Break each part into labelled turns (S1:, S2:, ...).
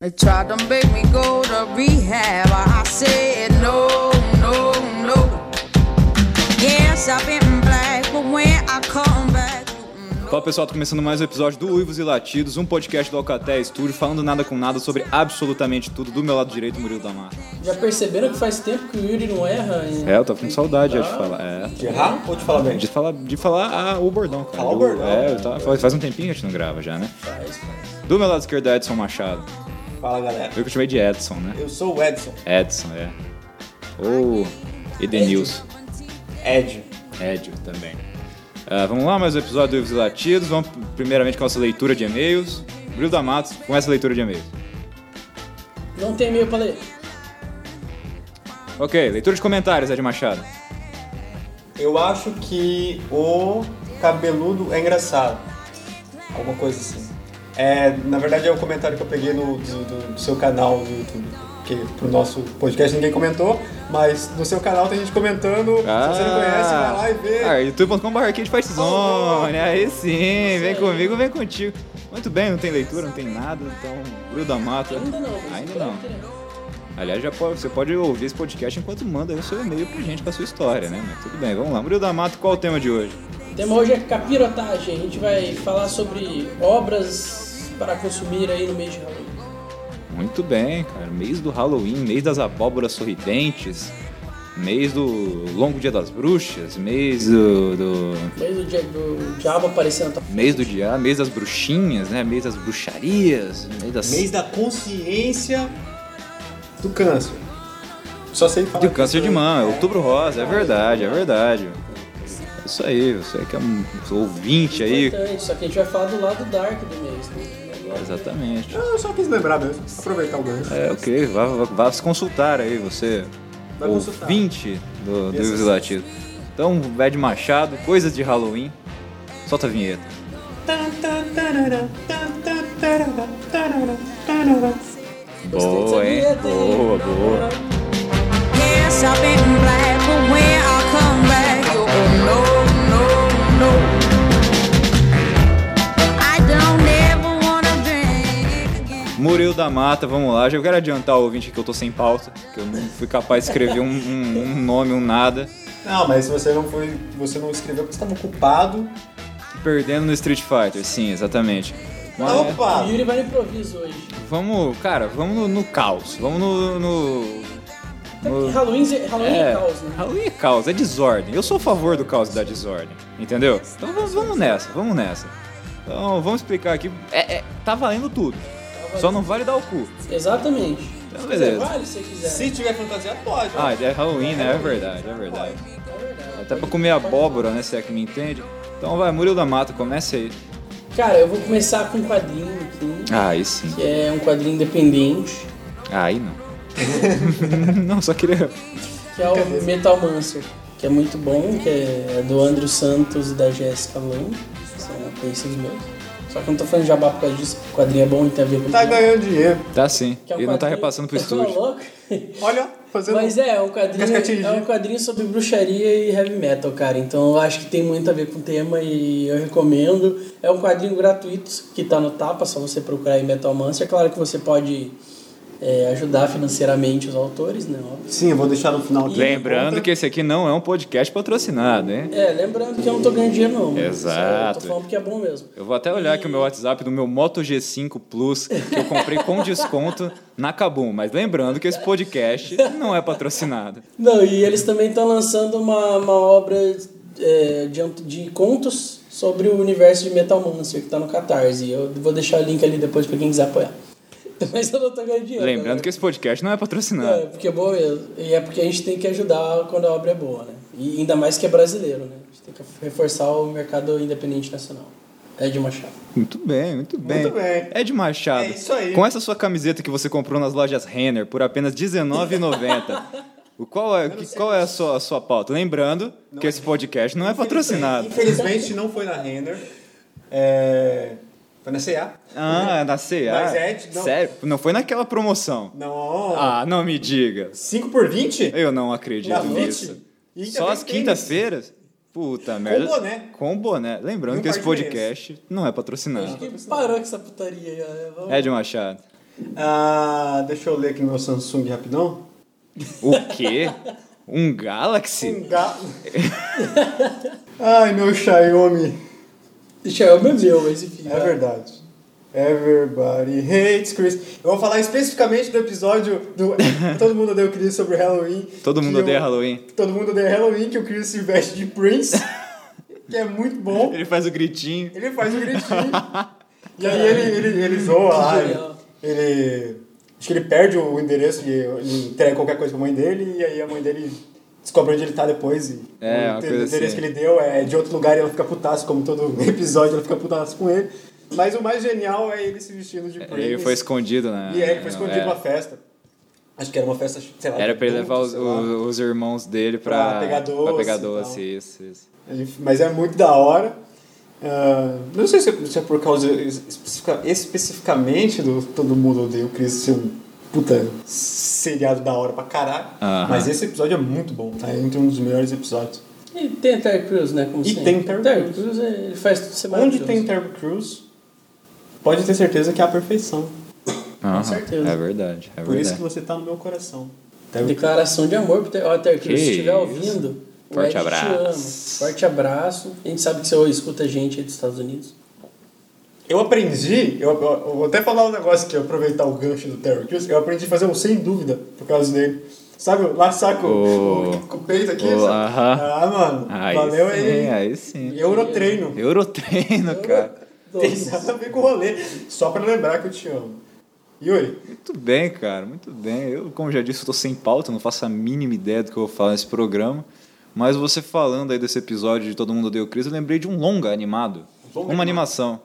S1: They tried to make me go to rehab. I said no, no, no. Yes, I've been black, but when I come back.
S2: Fala pessoal, tá começando mais um episódio do Uivos e Latidos, um podcast do Alcatel Estúdio, falando nada com nada sobre absolutamente tudo. Do meu lado direito, Murilo da Mata.
S3: Já perceberam que faz tempo que o Yuri não erra? em-
S2: É, eu tava com saudade já de falar. É.
S4: De errar ou de falar bem?
S2: De falar, de falar ah, o bordão, cara.
S4: Falar o
S2: Eu-
S4: bordão. né?
S2: É, eu tava, faz, faz um tempinho que a gente não grava já, né? Do meu lado esquerdo é Edson Machado.
S4: Fala galera.
S2: Eu que eu chamei de Edson, né?
S4: Eu sou o Edson.
S2: Edson, é. Ou Edenilson.
S4: Ed.
S2: Edio também. Ah, vamos lá, mais um episódio do Uivos e Latidos. Vamos primeiramente com a nossa leitura de e-mails. Murilo da Matos, com essa leitura de e-mails.
S3: Não tem meio pra ler.
S2: Ok, leitura de comentários, Ed Machado.
S4: Eu acho que o cabeludo é engraçado. Alguma coisa assim. É, na verdade é o comentário que eu peguei no, do, do- do seu canal do YouTube. Porque pro nosso podcast ninguém comentou, mas no seu canal tem gente comentando. Se você não conhece, vai lá e vê. Oh,
S2: Ah, youtube.com.br Arcade Partzone. Aí sim, vem comigo, vem contigo. Muito bem, não tem leitura, não tem nada, então gruda mata.
S3: Ainda não. mas
S2: Ainda
S3: espero
S2: não.
S3: que tenha.
S2: Aliás, já pode- você pode ouvir esse podcast enquanto manda aí o seu e-mail pra gente com a sua história, né? Mas tudo bem, vamos lá. Murilo da Mata, qual o tema de hoje?
S3: O tema hoje é capirotagem. A gente vai falar sobre obras para consumir aí no mês de Halloween.
S2: Muito bem, cara. Mês do Halloween, mês das abóboras sorridentes, mês do longo dia das bruxas, mês do- do
S3: Mês do, dia- do diabo aparecendo. tá na tua-
S2: Mês do dia, mês das bruxinhas, né? Mês das bruxarias, mês das.
S4: Mês da consciência do câncer. Só sei falar.
S2: do câncer de mama, é
S4: É.
S2: outubro rosa, é verdade, é verdade. É isso aí, você que é um ouvinte aí.
S3: Importante, só que a gente vai falar do lado dark do mês. Né?
S2: Exatamente.
S4: Eu só quis lembrar mesmo. Aproveitar o gancho.
S2: É, ok, vá, vá, vá se consultar aí, você.
S4: Vai consultar.
S2: ouvinte do, do
S4: Isso.
S2: Ives Latido. Então, Bad Machado, coisas de Halloween. Solta a vinheta.
S3: Gostei dessa
S2: Boa, hein?
S3: vinheta, hein?
S2: Boa, boa.
S1: Yes, I've been black, but when I come back, you'll go no, no, no. I don't ever wanna drink again.
S2: Murilo da Mata, vamos lá. Já quero adiantar o ouvinte que eu tô sem pauta, que eu não fui capaz de escrever um, um- um nome, um nada.
S4: Não, mas você não foi. Você não escreveu porque você estava ocupado.
S2: Perdendo no Street Fighter, sim, exatamente. Mas,
S4: Tava tá ocupado.
S3: O Yuri vai no improviso hoje.
S2: vamos, cara, vamos no, no caos. Vamos no. no, no-
S3: Halloween, Halloween é,
S2: é,
S3: caos, né?
S2: Halloween é caos, é desordem. Eu sou a favor do caos e da desordem, entendeu? Então vamos, vamos nessa, vamos nessa. Então vamos explicar aqui. É, é, tá valendo tudo.
S3: Tá
S2: Só não vale dar o cu.
S3: Exatamente.
S2: Então,
S3: Se
S2: beleza.
S3: quiser, vale se quiser.
S4: Se tiver fantasiado, pode.
S2: Ah, é Halloween, né? É verdade, é verdade.
S3: É verdade.
S2: Até pra comer abóbora, né? Se é que me entende. Então vai, Murilo da Mata, comece aí.
S3: Cara, eu vou começar com um quadrinho aqui,
S2: Ah, aí sim.
S3: que é um quadrinho independente,
S2: Aí não. não, só queria.
S3: que é o Metalmancer, que é muito bom, que é do Andrew Santos e da Jessica Lange, que são conhecidos meus. Só que eu não tô falando jabá por causa disso, porque o quadrinho é bom e tem a ver com...
S4: Tá ganhando dinheiro.
S2: Tá sim.
S3: Que é um
S2: Ele não tá
S3: quadrinho-
S2: repassando pro
S3: Tá
S2: estúdio.
S3: louco?
S4: Olha, fazendo.
S3: Mas é, é um quadrinho,
S4: Cascatinho.
S3: é um quadrinho sobre bruxaria e heavy metal, cara. Então eu acho que tem muito a ver com o tema e eu recomendo. É um quadrinho gratuito que tá no tapa, só você procurar aí Metal Mancer. Claro que você pode é, ajudar financeiramente os autores, né? Óbvio.
S4: Sim, eu vou deixar no final de
S2: Lembrando que esse aqui não é um podcast patrocinado, hein?
S3: É, lembrando que eu não tô ganhando dinheiro não. mano.
S2: Exato.
S3: Sério, Eu tô falando porque é bom mesmo.
S2: Eu vou até olhar aqui o meu WhatsApp do meu Moto G5 Plus, que eu comprei com desconto na Kabum. Mas lembrando que esse podcast não é patrocinado.
S3: Não, e eles também estão lançando uma, uma obra é, de, ant- de contos sobre o universo de Metal Mancer, que tá no Catarse. Eu vou deixar o link ali depois pra quem quiser apoiar. Mas eu não tô ganhando dinheiro.
S2: Lembrando
S3: galera.
S2: que esse podcast não é
S3: É,
S2: patrocinado.
S3: porque é boa mesmo. E é porque a gente tem que ajudar quando a obra é boa, né? E ainda mais que é brasileiro, né? A gente tem que reforçar o mercado independente nacional. É de Machado.
S2: Muito bem, muito bem.
S4: Muito bem.
S2: Ed Machado.
S4: É isso aí.
S2: Com essa sua camiseta que você comprou nas lojas Renner por apenas R$19,90. o qual é, que- qual é a, sua, a sua pauta? Lembrando que esse podcast não é patrocinado.
S4: Infelizmente não foi na Render. É, Foi na CA.
S2: Ah, é na C&A.
S4: Mas Ed, não.
S2: Sério? Não foi naquela promoção.
S4: Não.
S2: Ah, não me diga.
S4: 5 por 20?
S2: Eu não acredito
S4: Na
S2: nisso.
S4: E ainda
S2: Só
S4: bem
S2: as
S4: que tem
S2: quintas-feiras? Puta merda.
S4: boné.
S2: Com boné. Lembrando
S4: E um
S2: que esse
S4: par de meias.
S2: podcast não é patrocinado.
S4: né?
S3: Quem parou com essa putaria aí? ó? Vamos-
S2: Ed Machado.
S4: Ah, deixa eu ler aqui no meu Samsung rapidão.
S2: O quê? Um Galaxy?
S4: Um gato. Ai, meu Xiaomi.
S3: Xiaomi é meu, mas enfim.
S4: É
S3: vai.
S4: verdade. Everybody hates Chris. Eu vou falar especificamente do episódio do Todo Mundo Odeia o Chris sobre Halloween.
S2: Todo
S4: que
S2: mundo odeia
S4: o-
S2: Halloween.
S4: Todo Mundo Odeia Halloween, que o Chris se veste de Prince, que é muito bom.
S2: Ele faz o gritinho.
S4: Ele faz um gritinho. e aí ele, ele, ele zoa lá. Ele,
S3: genial.
S4: ele- Acho que ele perde o endereço e ele entrega qualquer coisa pra mãe dele. E aí a mãe dele descobre onde ele tá depois. E
S2: É,
S4: o
S2: uma
S4: ente-
S2: coisa
S4: endereço
S2: assim.
S4: que ele deu é de outro lugar e ela fica putaça, como todo episódio ela fica putaça com ele. Mas o mais genial é ele se vestindo de Prince.
S2: Ele foi escondido, né?
S4: E aí ele foi escondido
S2: É.
S4: numa festa. Acho que era uma festa, sei lá.
S2: Era pra ele
S4: adulto,
S2: levar os,
S4: sei lá.
S2: os- os irmãos dele pra,
S4: Pra pegar doce
S2: pra pegar
S4: e
S2: doce,
S4: tal.
S2: isso, isso.
S4: Ele- Mas é muito da hora. Ah, não sei se é, se é por causa especifica- especificamente do Todo Mundo Odeia o Chris ser um puta seriado da hora pra caralho.
S2: Aham.
S4: Mas esse episódio é muito bom, tá? É Entre um dos melhores episódios.
S3: E tem a Terry Crews, né? Como
S4: E
S3: sempre.
S4: tem Terry
S3: Terry
S4: Crews.
S3: Crews, é- ele faz tudo semana.
S4: Onde tem Terry Crews, pode ter certeza que é a perfeição.
S2: Aham,
S3: certeza.
S2: É verdade, é
S4: Por
S2: verdade.
S4: isso que você tá no meu coração. Terry Crews.
S3: Declaração de amor pro Terry Ó, Terry Crews, se
S2: Que
S3: estiver
S2: isso.
S3: ouvindo, o
S2: Forte
S3: Ed te
S2: abraço.
S3: ama. Forte abraço. A gente sabe que você escuta a gente aí dos Estados Unidos.
S4: Eu aprendi, eu, eu- eu vou até falar um negócio que aproveitar o gancho do Terry Crews, eu aprendi a fazer um sem dúvida por causa dele. Sabe, lá saco
S2: Oh.
S4: o, o peito aqui,
S2: Oh,
S4: sabe?
S2: aham.
S4: Ah, mano,
S2: Aí
S4: valeu
S2: sim,
S4: aí.
S2: aí sim.
S4: Eurotreino.
S2: Eurotreino, cara.
S4: Tem
S3: Nossa.
S4: nada a ver com o rolê. Só pra lembrar que eu te amo. Yuri,
S2: Muito bem, cara, muito bem. Eu, como já disse, eu tô sem pauta, não faço a mínima ideia do que eu vou falar nesse programa. Mas você falando aí desse episódio de Todo Mundo Odeia o Chris, eu lembrei de um longa animado.
S4: Longa
S2: uma animação.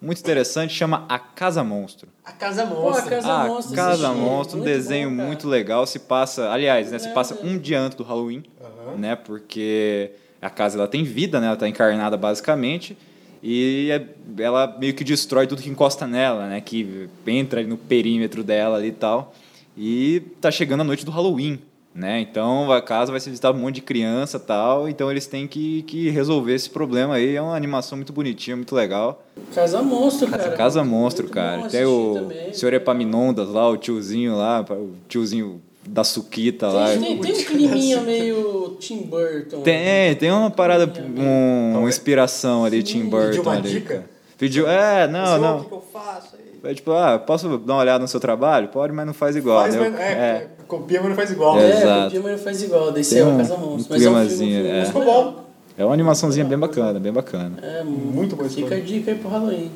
S2: Muito interessante, chama A Casa Monstro.
S4: a casa
S3: Pô, a
S4: monstra.
S3: Casa
S2: Ah,
S3: Monstro.
S2: Casa
S3: assisti.
S2: Monstro, um
S3: Muito
S2: desenho
S3: bom, cara.
S2: muito legal. Se passa, aliás, né? Se
S3: É,
S2: passa
S3: é.
S2: um dia antes do Halloween,
S4: Aham.
S2: né? Porque a casa ela tem vida, né? Ela tá encarnada basicamente. E é- ela meio que destrói tudo que encosta nela, né? Que entra ali no perímetro dela ali e tal. E tá chegando a noite do Halloween, né? Então a casa vai ser visitada por um monte de criança e tal. Então eles têm que, que resolver esse problema aí. É uma animação muito bonitinha, muito legal.
S3: Casa Monstro, cara.
S2: Essa casa é
S3: Muito-
S2: monstro,
S3: muito
S2: cara.
S3: bom
S2: Até
S3: assistir
S2: o
S3: também.
S2: senhor é Epaminondas lá, o tiozinho lá, o tiozinho da Suquita lá.
S3: Tem, tem, tem um climinha meio Tim Burton. É,
S2: Tem, tem uma parada, um, uma inspiração ali,
S4: Sim,
S2: Tim Burton
S4: pediu uma
S2: ali.
S4: dica?
S2: cara. Pediu, é,
S4: Pessoal,
S2: não,
S4: O que,
S2: não.
S4: que eu faço aí?
S2: É tipo, ah, posso dar uma olhada no seu trabalho? Pode, mas não faz igual.
S4: Faz,
S2: né? Eu-
S4: mas, é,
S2: é.
S4: Copia, mas não faz igual.
S3: É,
S4: né?
S2: Exato.
S3: o Pima faz igual, daí
S2: Tem
S3: você é
S2: um-
S3: uma Casa
S2: um
S3: Monstro.
S2: climazinho, é.
S4: Ficou bom.
S2: É uma animaçãozinha bem bacana, bem bacana.
S3: É,
S4: Muito boa
S3: Fica a
S4: escolha.
S3: dica aí pro Halloween.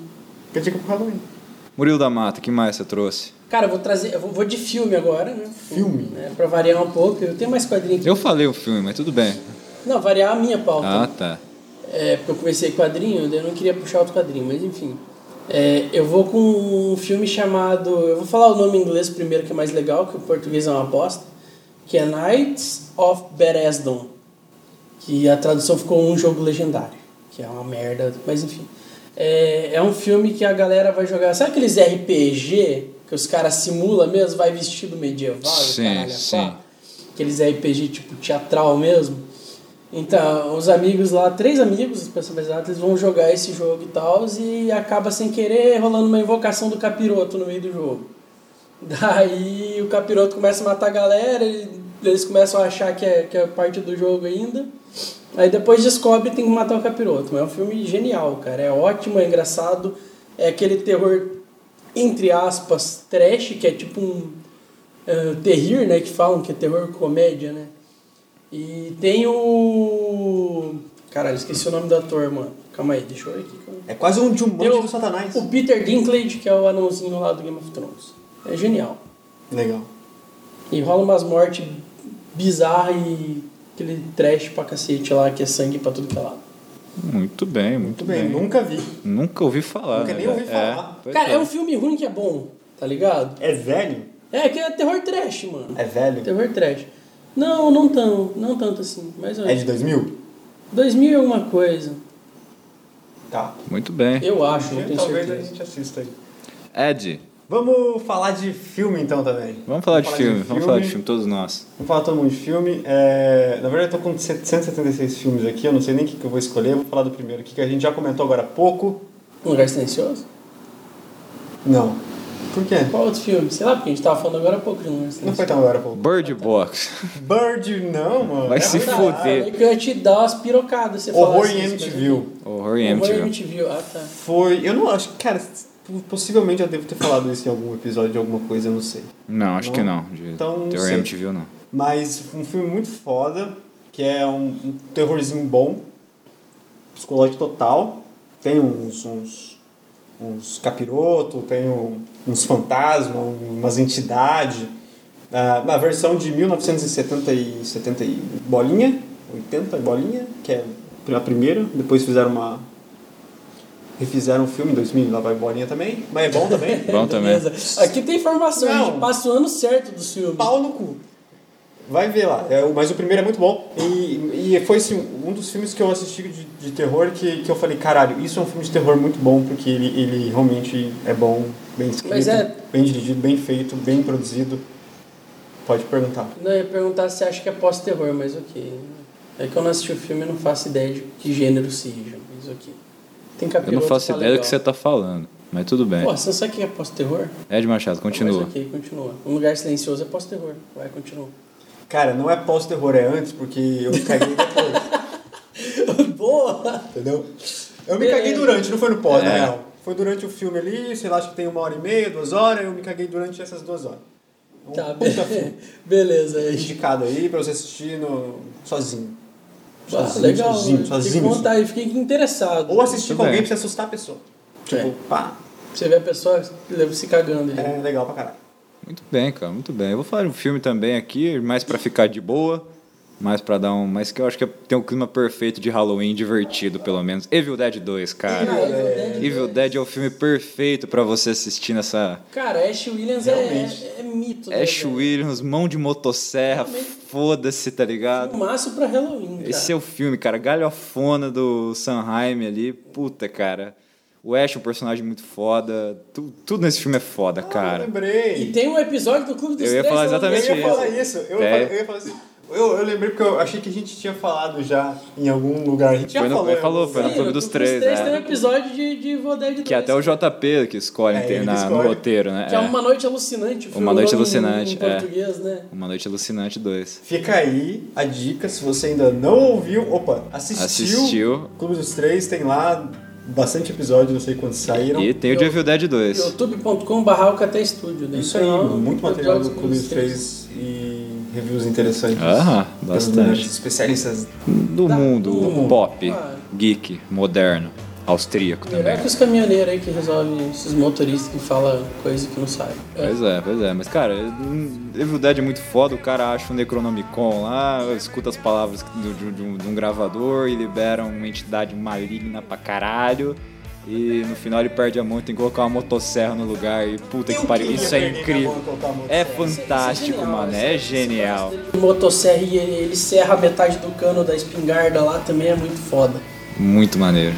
S4: Fica dica pro Halloween.
S2: Murilo da Mata, que mais você trouxe?
S3: Cara, eu vou trazer. Eu vou, vou de filme agora, né?
S4: Filme?
S3: É, pra variar um pouco. Eu tenho mais quadrinhos.
S2: Eu falei o filme, mas tudo bem.
S3: Não, variar a minha pauta.
S2: Ah, tá.
S3: É, porque eu comecei quadrinho, daí eu não queria puxar outro quadrinho, mas enfim. É, eu vou com um filme chamado. Eu vou falar o nome em inglês primeiro, que é mais legal, que o português é uma bosta. Que é Knights of Beresdon. Que a tradução ficou um jogo legendário. Que é uma merda, mas enfim. É, é um filme que a galera vai jogar. Sabe aqueles RPG que os caras simulam mesmo? Vai vestido medieval? e o
S2: Sim,
S3: caralho a
S2: sim.
S3: quatro? aqueles RPG tipo teatral mesmo. Então, os amigos lá, três amigos, pra ser mais exato, eles vão jogar esse jogo e tal, e acaba sem querer rolando uma invocação do capiroto no meio do jogo. Daí o capiroto começa a matar a galera, e eles começam a achar que é, que é parte do jogo ainda. Aí depois descobre que tem que matar o capiroto. Mas é um filme genial, cara. É ótimo, é engraçado. É aquele terror, entre aspas, trash, que é tipo um é, terrir, né? Que falam que é terror comédia, né? E tem o. Caralho, esqueci o nome do ator, mano. Calma aí, deixa eu ver aqui. que eu-
S4: É quase um
S3: Tem
S4: Jumanji
S3: o-
S4: do Satanás.
S3: O Peter Dinklage, que é o anãozinho lá do Game of Thrones. É genial.
S4: Legal.
S3: E rola umas mortes bizarras e aquele trash pra cacete lá, que é sangue pra tudo que é lado.
S2: Muito bem, muito,
S4: Muito
S2: bem.
S4: bem, nunca vi.
S2: Nunca ouvi falar.
S4: Nunca
S2: né,
S4: nem ouvi
S2: velho?
S4: falar.
S2: pois
S3: Cara,
S2: é.
S3: é um filme ruim que é bom, tá ligado?
S4: É velho?
S3: É, que é terror trash, mano.
S4: É velho?
S3: Terror trash. Não, não tão, não tanto assim, mais ou
S4: É
S3: menos.
S4: de 2000?
S3: 2000 e alguma coisa,
S4: Tá.
S2: Muito bem.
S3: eu acho, não tenho
S4: Talvez a
S3: certeza.
S4: gente assista aí.
S2: Ed,
S4: Vamos falar de filme então também.
S2: vamos falar, de, filme, vamos falar de filme, todos nós.
S4: Vamos falar todo mundo de filme. É, Na verdade, eu tô com 776 filmes aqui, eu não sei nem o que, que eu vou escolher. Vou falar do primeiro aqui, que a gente já comentou agora há pouco.
S3: Um lugar silencioso?
S4: Não. Por quê?
S3: Qual outro filme? Sei lá, porque a gente tava falando agora há pouco de um
S4: Não foi tão agora, pô.
S2: Bird Box.
S4: Bird, não, mano.
S2: Vai se
S4: ruim.
S2: fuder.
S3: Ah, é que eu ia te dar umas pirocadas se você
S4: Horror
S3: falasse
S4: em
S3: isso, mas-
S4: MTV.
S2: Horror em
S3: Horror em
S2: MTV.
S3: MTV. Ah, tá.
S4: Foi. Eu não acho. Cara, possivelmente eu devo ter falado isso em algum episódio de alguma coisa, eu não sei.
S2: Não, acho
S4: Não.
S2: que não. De
S4: Então, não
S2: terror
S4: sei.
S2: em MTV ou não.
S4: Mas um filme muito foda, que é um, um terrorzinho bom, psicológico total. Tem uns, uns, uns capiroto, tem um- uns fantasmas, umas entidades. Ah, Na versão de 1970 e 70 e bolinha, 80 e bolinha, que é a primeira. Depois fizeram uma... Refizeram um filme em 2000, lá vai bolinha também. Mas é bom também.
S2: Bom também.
S3: Beleza. Aqui tem informação, a gente
S4: Não.
S3: passa o ano certo dos filmes.
S4: pau no cu. Vai ver lá. É, o- mas o primeiro é muito bom. E, e foi assim, um dos filmes que eu assisti de, de terror que, que eu falei, caralho, isso é um filme de terror muito bom, porque ele, ele realmente é bom, bem escrito,
S3: Mas é-
S4: bem dirigido, bem feito, bem produzido. Pode perguntar.
S3: Não, eu ia perguntar se acha que é pós-terror, mas ok. É que eu não assisti o filme e não faço ideia de que gênero seja, mas ok. Tem
S2: Eu
S3: capiroto.
S2: não faço
S3: tá
S2: ideia do
S3: legal.
S2: que você tá falando, mas tudo bem.
S3: Pô, você não sabe o que é pós-terror?
S2: Ed Machado, continua.
S3: Mas ok, continua. Um lugar silencioso é pós-terror. Vai, continua.
S4: Cara, não é pós-terror, é antes, porque eu me caguei depois.
S3: Boa!
S4: entendeu? Eu me caguei
S3: Beleza.
S4: durante, não foi no pós, na
S2: É.
S4: real. Foi durante o filme ali, sei lá, acho que tem uma hora e meia, duas horas, eu me caguei durante essas duas horas. Um
S3: Tá, be
S4: puta filme.
S3: beleza. Aí.
S4: indicado aí pra você assistir no... sozinho.
S3: Ah, legal.
S4: sozinho,
S3: Fiquei com
S4: sozinho.
S3: vontade, fiquei interessado.
S4: Ou assistir
S2: Tudo
S4: com alguém
S2: bem.
S4: pra você assustar a pessoa.
S3: É.
S4: Tipo, pá,
S3: Você vê a pessoa leva se cagando. ali.
S4: é legal pra caralho.
S2: Muito bem, cara, muito bem. Eu vou falar de um filme também aqui, mais pra ficar de boa, mais pra dar um. Mas que eu acho que tem um clima perfeito de Halloween, divertido pelo menos. Evil Dead 2, cara.
S3: Ah, Evil Dead
S2: Evil
S3: dois.
S2: Dead é o filme perfeito pra você assistir nessa.
S3: Cara, Ash Williams é,
S4: Realmente.
S3: é, é mito. né,
S2: Ash
S3: velho?
S2: Williams, mão de motosserra,
S3: Realmente.
S2: foda-se, tá ligado?
S3: Filmaço pra Halloween, cara.
S2: Esse é o filme, cara. Galhofona do Sanheim ali. Puta, cara. O Ash é um personagem muito foda. Tu- tudo nesse filme é
S3: Ah,
S2: foda,
S4: Eu
S2: cara.
S4: lembrei.
S3: E tem um episódio do Clube dos
S2: Eu ia
S3: Três
S2: falar
S3: da
S4: Eu
S2: exatamente
S4: ia
S3: Halloween.
S4: falar isso. Eu, ia
S2: É.
S4: falar- eu ia falar assim... Eu, eu lembrei porque eu achei que a gente tinha falado já em algum lugar. A gente já
S2: Foi no-
S4: falou. em
S2: falou,
S4: algum
S2: foi no
S4: lugar.
S2: Clube dos Três, né?
S3: tem um episódio de, de Evil Dead 2.
S2: Que é até o JP que escolhe
S4: É,
S2: ter
S4: ele
S2: na-
S4: que
S2: no
S4: escolhe.
S2: roteiro, né?
S3: Que é
S2: É.
S3: Uma Noite Alucinante. o filme,
S2: Uma Noite
S3: o nome
S2: Alucinante,
S3: Em, em
S2: é.
S3: português, né?
S2: Uma Noite Alucinante 2.
S4: Fica aí a dica, se você ainda não ouviu... Opa, assistiu.
S2: Assistiu.
S4: Clube dos Três tem lá bastante episódio, não sei quantos saíram.
S2: E tem o
S3: Eu-
S2: de Evil Dead 2.
S3: youtube.com barra até estúdio. Né?
S4: Isso aí,
S3: Então,
S4: muito material do Clube
S3: episódios
S4: dos Três e reviews interessantes.
S2: Aham,
S4: Pelos
S2: bastante.
S4: melhores Especialistas
S2: Do
S3: Tá,
S2: mundo
S3: do mundo.
S2: pop,
S3: Ah.
S2: geek, moderno, austríaco também.
S3: Melhor que É, os caminhoneiros aí que resolvem, esses motoristas que falam coisa que não sabe. É.
S2: Pois é, pois é. Mas, cara, hum, Evil Dead é muito foda. O cara acha um Necronomicon lá, escuta as palavras do- de, um- de um, de um gravador e libera uma entidade maligna pra caralho. E no final ele perde a mão e tem que colocar uma motosserra no lugar. E puta que
S4: Eu
S2: pariu,
S4: queria
S2: isso é
S4: perder minha
S2: incrível.
S4: mão e colocar uma
S2: É
S4: motosserra.
S2: fantástico,
S3: Isso é genial,
S2: mano.
S3: esse-
S2: É
S3: esse
S2: genial.
S3: negócio dele de Motosserra e ele, ele serra metade do cano da espingarda lá também é muito foda.
S2: Muito maneiro.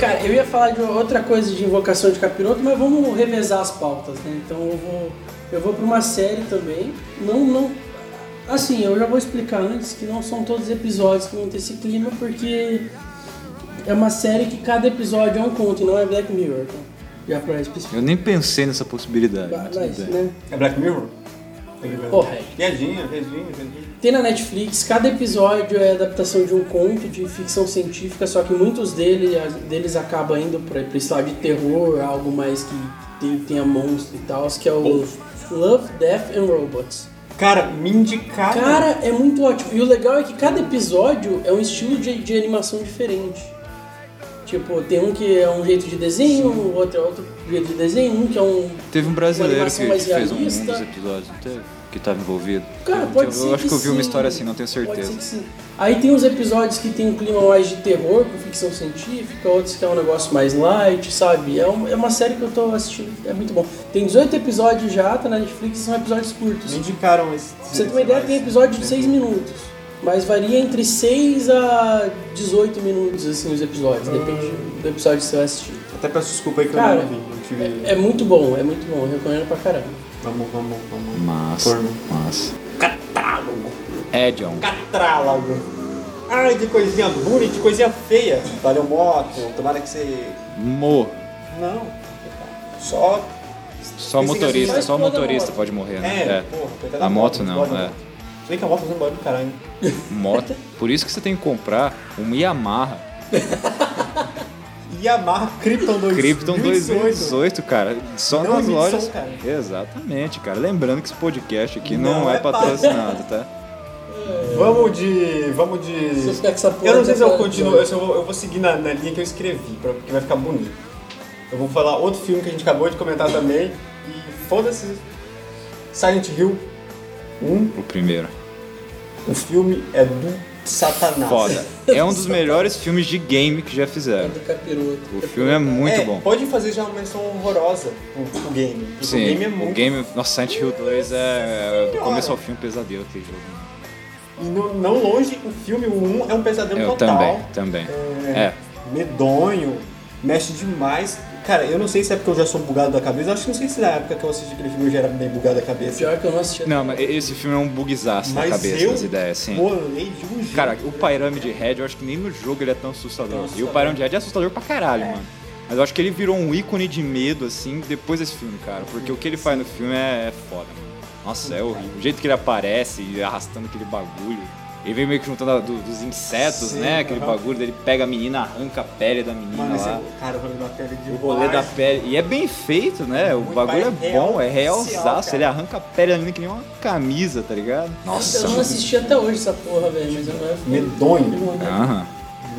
S3: Cara, eu ia falar de outra coisa de invocação de capiroto, mas vamos revezar as pautas, né? Então eu vou, eu vou para uma série também. Não, não. Assim, eu já vou explicar antes que não são todos os episódios que vão ter esse clima, porque é uma série que cada episódio é um conto e não é Black Mirror. tá? Já pra especificar.
S2: Eu nem pensei nessa possibilidade. mas tudo
S3: Mas,
S2: bem.
S3: né?
S4: É Black Mirror?
S3: Porra, é.
S4: Piadinha, piadinha, piadinha.
S3: Tem na Netflix, cada episódio é adaptação de um conto de ficção científica, só que muitos dele, deles acabam indo pra, pra esse lado de terror, algo mais que tem- tenha monstro e tal, que é o Love, Death and Robots.
S4: Cara, me indicaram.
S3: Cara, é muito ótimo. E o legal é que cada episódio é um estilo de, de animação diferente. Tipo, tem um que é um jeito de desenho, o outro é outro jeito de desenho, um que é um.
S2: Teve um
S3: uma
S2: brasileiro
S3: animação
S2: que
S3: mais
S2: fez um, um dos
S3: realista.
S2: episódios, não teve? Que tava envolvido.
S3: Cara,
S2: Eu-
S3: pode
S2: eu,
S3: ser.
S2: acho que eu vi uma
S3: sim.
S2: história assim, não tenho
S3: Pode
S2: certeza.
S3: ser que sim. Aí tem uns episódios que tem um clima mais de terror, com ficção científica, outros que é um negócio mais light, sabe? É, um- é uma série que eu tô assistindo, é muito bom. Tem 18 episódios já, tá na Netflix, são episódios curtos.
S4: Me indicaram esse.
S3: Pra você ter
S4: é
S3: uma ideia, tem episódio de 6 minutos. Mas varia entre 6 a
S4: Ah.
S3: 18 minutos, assim, os episódios. Depende do episódio que você vai assistir.
S4: Até peço desculpa aí que
S3: Cara,
S4: eu não vi. tive.
S3: É muito bom, é muito bom, eu recomendo pra caramba.
S4: Vamos, vamos, vamos.
S2: Mas,
S4: Corno.
S2: mas.
S4: Catrálogo.
S2: É, John.
S4: Catrálogo. Ai, de coisinha bonita, de coisinha feia. Valeu, moto. Tomara que você.
S2: Mo.
S4: Não. Só.
S2: Só
S4: Pensei que
S2: motorista,
S4: assim,
S2: só
S4: mas toda
S2: motorista
S4: moto.
S2: pode morrer, né?
S4: É, porra, coitada da
S2: A moto
S4: moto,
S2: não,
S4: foda,
S2: é.
S4: né? Se bem que a moto faz um barulho do caralho.
S2: Moto. Por isso que você tem que comprar uma Yamaha
S4: Yamaha Krypton 2.
S2: Krypton 2018, cara. Só
S4: Não
S2: nas
S4: emite
S2: lojas.
S4: som, É cara.
S2: Exatamente, cara. Lembrando que esse podcast aqui não,
S4: Não
S2: é
S4: é
S2: patrocinado, tá?
S4: Vamos de. Vamos de.
S3: Se eu ficar com essa porra,
S4: eu não sei se eu
S3: eu
S4: continuo,
S3: quero-
S4: eu, só vou, eu vou seguir na, na linha que eu escrevi, pra, que vai ficar bonito. Eu vou falar outro filme que a gente acabou de comentar também. E foda-se. Silent Hill 1.
S2: O primeiro.
S4: O filme é do Satanás.
S2: Foda. É um dos melhores filmes de game que já fizeram.
S3: Do capiroto.
S2: O filme é muito
S4: É,
S2: bom.
S4: Pode fazer já uma menção horrorosa pro, o game. Porque
S2: Sim,
S4: o game é muito.
S2: Nossa, Silent Hill 2 é, é do
S4: Senhora.
S2: começo ao fim um pesadelo aquele jogo.
S4: E no- não longe, o filme 1 é um pesadelo
S2: Eu
S4: total.
S2: também, também. É.
S4: medonho, mexe demais. Cara, eu não sei se é porque eu já sou bugado da cabeça, acho que não sei se na época que eu assisti aquele filme eu já era bem bugado da cabeça.
S3: Pior que eu não assisti.
S2: Não, mas esse filme é um bugzaço na
S4: Mas
S2: cabeça
S4: eu
S2: das ideias, sim.
S4: bolei de um jeito.
S2: Cara, o Pyramid Head, eu acho que nem no jogo ele é tão assustador.
S4: Tão
S2: E o
S4: assustador.
S2: Pyramid Head é assustador pra caralho, mano. Mas eu acho que ele virou um ícone de medo, assim, depois desse filme, cara. Porque o que ele faz no filme é, é foda, mano. Nossa, é horrível. O jeito que ele aparece, e arrastando aquele bagulho. Ele vem meio que juntando a- do- dos insetos,
S4: Sim,
S2: né? Aquele
S4: aham. é
S2: bagulho dele pega a menina, arranca a pele da menina
S4: Mano, esse
S2: lá.
S4: cara, o rolê da pele de
S2: O rolê da pele. E é bem feito, né? O
S4: Muito
S2: bagulho é
S4: mais
S2: bom,
S4: real
S2: é
S4: oficial,
S2: realzaço.
S4: cara.
S2: Ele arranca a pele da menina que nem uma camisa, tá ligado? Nossa.
S3: Eu não assisti até hoje essa porra, velho, mas eu não
S4: Medonho.
S2: Aham.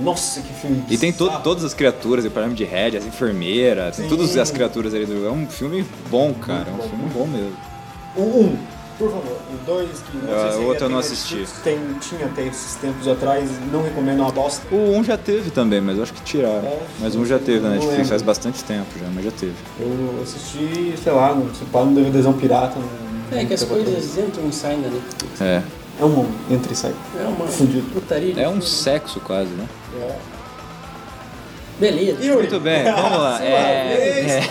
S4: Nossa, que filme.
S2: E tem to-
S4: bizarro.
S2: todas as criaturas, o Parâmetro de Red, as enfermeiras, tem
S4: Sim.
S2: todas as criaturas ali do. É um filme bom, cara. É um filme bom mesmo.
S4: O 1, por favor. O 2, que não
S2: Ah,
S4: sei se
S2: o
S4: ainda
S2: outro eu
S4: tem
S2: não
S4: Netflix,
S2: assisti.
S4: Tem, tinha até esses tempos atrás, não recomendo é uma bosta.
S2: O 1 já teve também, mas eu acho que tiraram.
S4: É,
S2: mas um já teve na
S4: não
S2: Netflix
S4: lembro.
S2: faz bastante tempo já, mas já teve.
S4: Eu assisti, sei lá, no- se pá, no DVDzão pirata. no-
S3: É que as
S4: no-
S3: coisas entram e saem dali.
S2: É.
S4: É um mundo, entra e sai.
S3: É uma
S4: Fudido.
S3: putaria. de
S2: É um
S3: filme.
S2: sexo quase, né?
S3: Beleza.
S4: Yuri.
S2: Muito bem, vamos lá. É. é.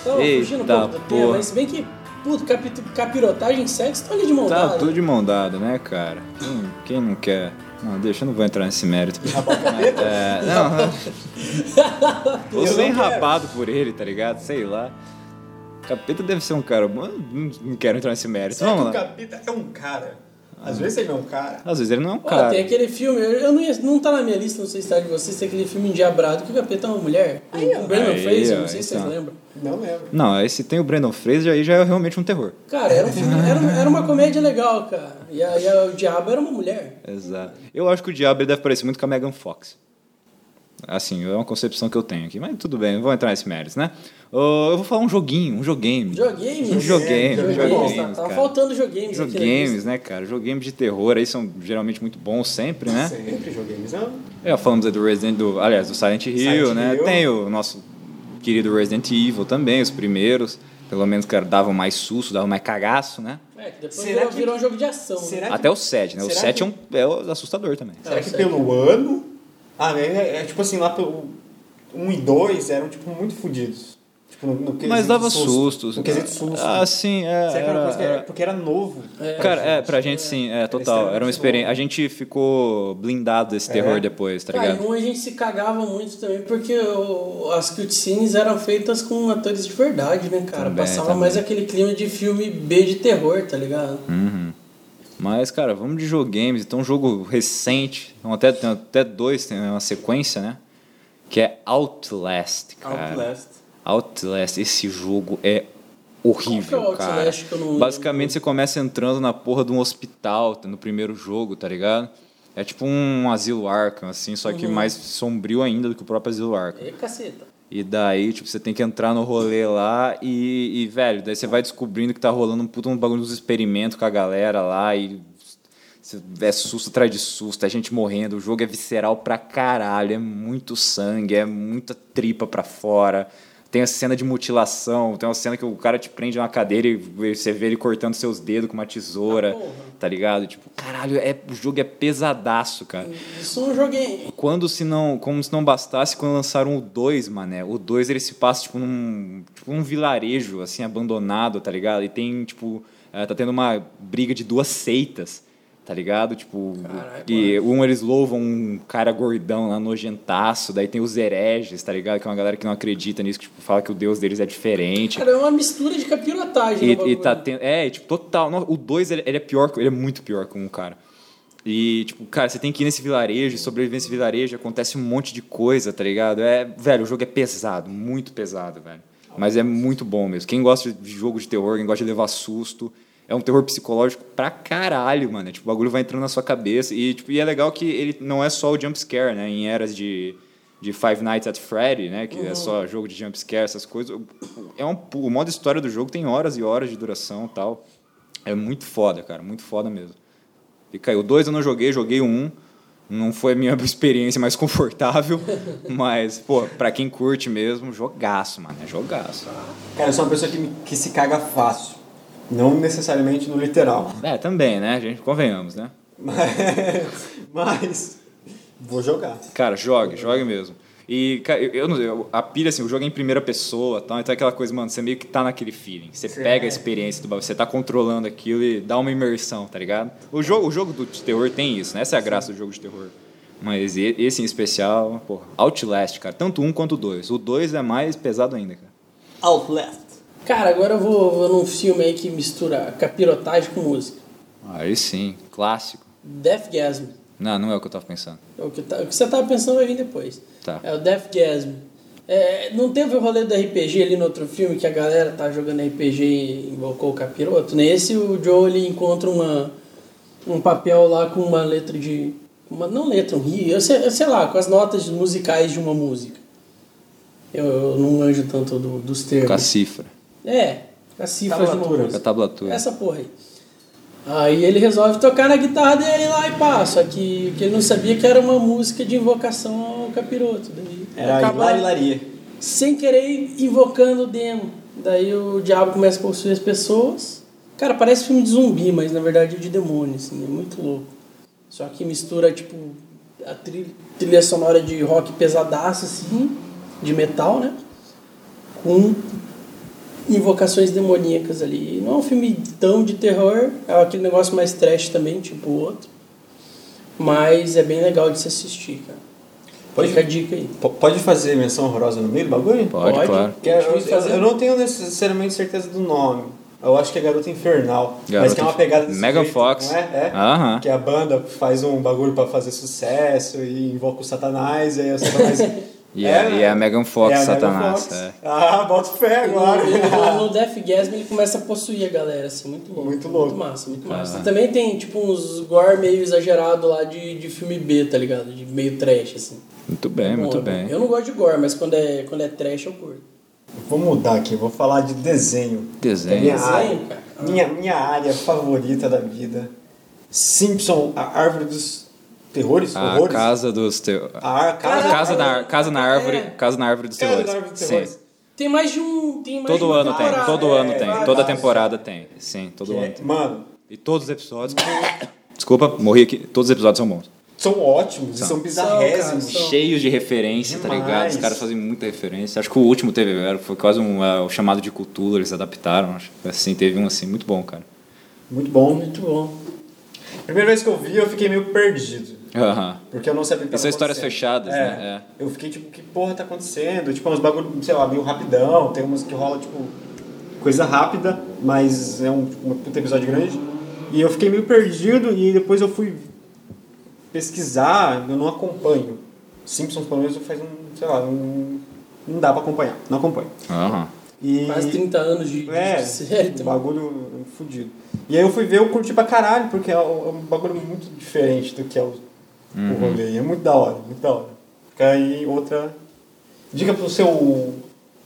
S3: Então, fugindo um
S2: Eita
S3: pouco do tema,
S2: porra.
S3: mas se bem que, puto, capi capirotagem e sexo tá ali de mão
S2: Tá
S3: dada.
S2: tudo de mão dada, né, cara? Hum, Quem não quer. Não, deixa, eu não vou entrar nesse mérito. É, não, Ou
S4: Eu
S2: ser
S4: não quero.
S2: enrabado por ele, tá ligado? Sei lá. Capeta deve ser um cara bom. Eu Não, não quero entrar nesse mérito.
S4: Será que
S2: Vamos
S4: o
S2: lá.
S4: Capita é um cara? Às vezes ele é um cara.
S2: Às vezes ele não é um
S3: Ó,
S2: cara.
S3: tem aquele filme, eu eu não, ia, não tá na minha lista, não sei se tá de vocês, tem aquele filme Endiabrado que o capeta é uma mulher. o Brandon
S2: Aí,
S3: Fraser,
S2: ó,
S3: não sei se vocês
S2: então.
S3: lembram.
S4: Não lembro.
S2: Não, aí se tem o Brandon Fraser, aí já é realmente um terror.
S3: Cara, era, um filme, era, um- era uma comédia legal, cara. E, a, e a- o diabo era uma mulher.
S2: Exato. Eu acho que o Diabo ele deve parecer muito com a Megan Fox. Assim, é uma concepção que eu tenho aqui. Mas tudo bem, não vou entrar nesse mérito, né? Ô, eu vou falar um joguinho, um jogame.
S3: Jogames.
S2: Um joguinho,
S4: Jogames,
S2: joguinho,
S3: tá, tava
S2: cara.
S3: faltando jogames, aqui. na
S2: Jogames,
S3: lista.
S2: né, cara? Jogames de terror aí são geralmente muito bons sempre, né?
S4: Sempre joguei, mas é um- não.
S2: Já falamos aí do Resident do, aliás, do Silent Hill,
S4: Silent
S2: né?
S4: Hill.
S2: Tem o nosso querido Resident Evil também, os primeiros. Pelo menos, cara, davam mais susto, davam mais cagaço, né?
S3: É, que depois
S4: Será
S3: virou,
S4: que-
S3: virou um jogo de ação. né?
S4: Será
S2: Até
S4: que,
S2: o 7, né? O
S4: será
S2: 7 é,
S4: que-
S2: um, é um assustador também.
S4: será que
S3: Não,
S4: pelo ano? Ah, né? É, é tipo assim, lá pelo 1 e 2 eram tipo muito fodidos. Tipo, no, no quesito
S2: Mas dava
S4: de susto.
S2: sustos.
S4: No quesito susto.
S2: Ah, sim, é.
S4: Será que era uma
S2: era-
S4: coisa que
S2: era-
S4: era, porque era novo?
S2: Cara, é, pra gente sim, é, total. Era uma
S4: extremamente É.
S2: experiência.
S4: novo.
S2: A gente ficou blindado desse terror depois, tá
S3: Ah, e
S2: ligado?
S3: um a gente se cagava muito também, porque o- as cutscenes eram feitas com atores de verdade, né, cara?
S2: Também,
S3: Passava
S2: também. Hum.
S3: mais aquele clima de filme B de terror, tá ligado?
S2: Mas, cara, vamos de jogames. Então, um jogo recente. Então, até, tem até dois, tem uma sequência, né? Que é Outlast, cara.
S4: Outlast.
S2: Outlast, esse jogo é
S3: que é
S2: horrível,
S3: o
S2: cara.
S3: Outlast que eu não-
S2: Basicamente, você começa entrando na porra de um hospital no primeiro jogo, tá ligado? É tipo um Asilo Arkham, assim, só
S3: Uhum.
S2: que mais sombrio ainda do que o próprio Asilo Arkham.
S3: E caceta.
S2: E daí, tipo, você tem que entrar no rolê lá e, e, velho, daí você vai descobrindo que tá rolando um puta um bagulho dos experimentos com a galera lá e você- é susto atrás de susto, é gente morrendo, o jogo é visceral pra caralho, é muito sangue, é muita tripa pra fora. Tem a cena de mutilação, tem uma cena que o cara te prende uma cadeira e você vê ele cortando seus dedos com uma tesoura,
S3: porra.
S2: tá ligado? Tipo, caralho, é, o jogo é pesadaço, cara.
S3: Isso é um eu joguei.
S2: Quando se não, como se não bastasse, quando lançaram o 2, mané, o 2 ele se passa tipo num, tipo num vilarejo assim abandonado, tá ligado? E tem tipo, eh, tá tendo uma briga de duas seitas, tá ligado? Tipo,
S3: Caralho,
S2: e um eles louvam um cara gordão lá nojentaço, daí tem os hereges, tá ligado? Que é uma galera que não acredita nisso, que tipo, fala que o deus deles é diferente.
S3: Cara, é uma mistura de capirotagem. no
S2: E, e tá
S3: bagulho.
S2: tendo. É, tipo, total. Não, o 2 ele, ele é pior, que- ele é muito pior que um cara. E, tipo, cara, você tem que ir nesse vilarejo, sobreviver nesse vilarejo, acontece um monte de coisa, tá ligado? É, velho, o jogo é pesado, muito pesado, velho. Mas é muito bom mesmo. Quem gosta de jogo de terror, quem gosta de levar susto, é um terror psicológico pra caralho, mano. É, tipo, o bagulho vai entrando na sua cabeça. E, tipo, e é legal que ele não é só o jumpscare, né? Em eras de, de Five Nights at Freddy, né? Que é só jogo de jumpscare, essas coisas. O- É um, pu- o modo história do jogo tem horas e horas de duração e tal. É muito foda, cara. Muito foda mesmo. E caiu. O 2 eu não joguei, joguei o 1. Um. Não foi a minha experiência mais confortável, mas, pô, pra quem curte mesmo, jogaço, mano. É jogaço.
S4: Cara, eu sou uma pessoa que, me- que se caga fácil. Não necessariamente no literal.
S2: É, também, né, gente? Convenhamos, né?
S4: Mas, mas vou jogar.
S2: Cara, jogue, jogue mesmo. E, cara, eu, eu não sei, eu- a pilha, assim, o jogo é em primeira pessoa tal, então é aquela coisa, mano, você meio que tá naquele feeling. Você pega
S3: é.
S2: a experiência do bagulho, você tá controlando aquilo e dá uma imersão, tá ligado? O jogo, o jogo do de terror tem isso, né? Essa é a graça do jogo de terror. Mas e- esse em especial, porra, Outlast, cara, tanto um quanto o dois. O dois é mais pesado ainda, cara.
S4: Outlast.
S3: Cara, agora eu vou, vou num filme aí que mistura capirotagem com música.
S2: Aí sim, clássico.
S3: Death Gasm.
S2: Não, não é o que eu tava pensando.
S3: É O que, tá- o que você tava pensando vai vir depois.
S2: Tá.
S3: É o Death Gasm. É, não teve o rolê do RPG ali no outro filme que a galera tá jogando RPG e invocou o capiroto? Nesse o Joe ele encontra uma, um papel lá com uma letra de. Uma, não letra, um rio, eu sei, eu sei lá, com as notas musicais de uma música. Eu, eu não manjo tanto do- dos termos.
S2: Com a cifra,
S3: É, as cifras de uma
S4: Tablatura.
S2: com a
S3: música.
S2: tablatura.
S3: Essa porra aí. Aí ele resolve tocar na guitarra dele lá e pá, só que, que ele não sabia que era uma música de invocação ao capiroto. Daí
S4: Era
S3: acaba
S4: hilarilaria.
S3: sem querer invocando o demo. Daí o diabo começa a possuir as pessoas. Cara, parece filme de zumbi, mas na verdade é de demônio, assim, é muito louco. Só que mistura, tipo, a tri- trilha sonora de rock pesadaço, assim, de metal, né? Com invocações demoníacas ali. Não é um filme tão de terror, é aquele negócio mais trash também, tipo o outro. Mas é bem legal de se assistir, cara.
S4: Pode-
S3: Fica a dica aí.
S4: P- pode fazer menção horrorosa no meio do bagulho?
S2: Pode, claro.
S4: Que é- eu,
S3: Continue fazendo.
S4: eu não tenho necessariamente certeza do nome. Eu acho que é Garota Infernal. mas
S2: Garota
S4: que é uma
S2: Inf-
S4: pegada desse
S2: Megan
S4: jeito,
S2: Fox.
S4: Não é? É.
S2: Aham.
S4: Que a banda faz um bagulho pra fazer sucesso e invoca o Satanás, e aí o Satanás.
S2: E é- e é a Megan Fox,
S4: Megan
S2: Satanás,
S4: Fox.
S2: é.
S4: Ah, bota fé agora.
S3: No, no Death Gasm ele começa a possuir a galera, assim, muito louco.
S4: Muito louco.
S3: Muito massa, muito
S2: Ah.
S3: massa. Também tem, tipo, uns gore meio exagerado lá de, de filme B, tá ligado? De meio trash, assim.
S2: Muito bem,
S3: Bom,
S2: É muito
S3: eu-
S2: bem.
S3: Eu não gosto de gore, mas quando é, quando é trash eu curto.
S4: Vou mudar aqui, vou falar de desenho.
S2: Desenho.
S4: Minha
S3: Desenho,
S4: área,
S3: cara.
S4: minha, minha área favorita da vida. Simpson, a árvore dos terrores,
S2: A
S4: horrores.
S2: casa dos teus.
S4: A casa,
S2: Casa na,
S3: Caralho.
S2: casa na árvore,
S3: É.
S2: casa na árvore dos
S4: Casa
S2: terrores.
S4: da Árvore dos
S2: Sim.
S4: Terrores.
S3: Tem mais de um. Tem mais de
S2: Todo
S3: uma
S2: ano tem,
S3: temporada,
S2: todo
S3: é,
S2: ano tem,
S3: vai,
S2: toda
S3: vai.
S2: temporada tem. Sim, todo ano tem.
S4: é, Mano,
S2: E todos os episódios. Desculpa, morri aqui. Todos os episódios são bons.
S4: são ótimos, e são bizarrésimos.
S3: São.
S2: Cheios de referência, tá
S4: Demais.
S2: ligado? Os caras fazem muita referência. Acho que o último teve, era- foi quase um é, o chamado de cultura, eles adaptaram. Acho que assim, teve um assim, muito bom, cara.
S4: Muito bom.
S3: Muito bom.
S4: Primeira vez que eu vi, eu fiquei meio perdido.
S2: Aham.
S4: Porque eu não sabia o
S2: E
S4: que tava
S2: são histórias
S4: acontecendo.
S2: fechadas,
S4: É.
S2: né?
S4: Eu fiquei tipo, que porra tá acontecendo? Tipo, uns bagulho, sei lá, meio rapidão. Tem umas que rola, tipo, coisa rápida, mas é um, tipo, um puta episódio grande. E eu fiquei meio perdido e depois eu fui pesquisar, eu não acompanho. Simpsons, pelo menos, faz um, sei lá, um, não dá pra acompanhar, não acompanho.
S2: Aham.
S4: E...
S3: Quase 30 anos de, de
S4: É,
S3: série
S4: um
S3: também.
S4: bagulho fudido. E aí eu fui ver, eu curti pra caralho, porque é um é um bagulho muito diferente do que é o,
S2: Uhum.
S4: o rolê. E é muito da hora, muito da hora. Fica aí outra. Diga pro seu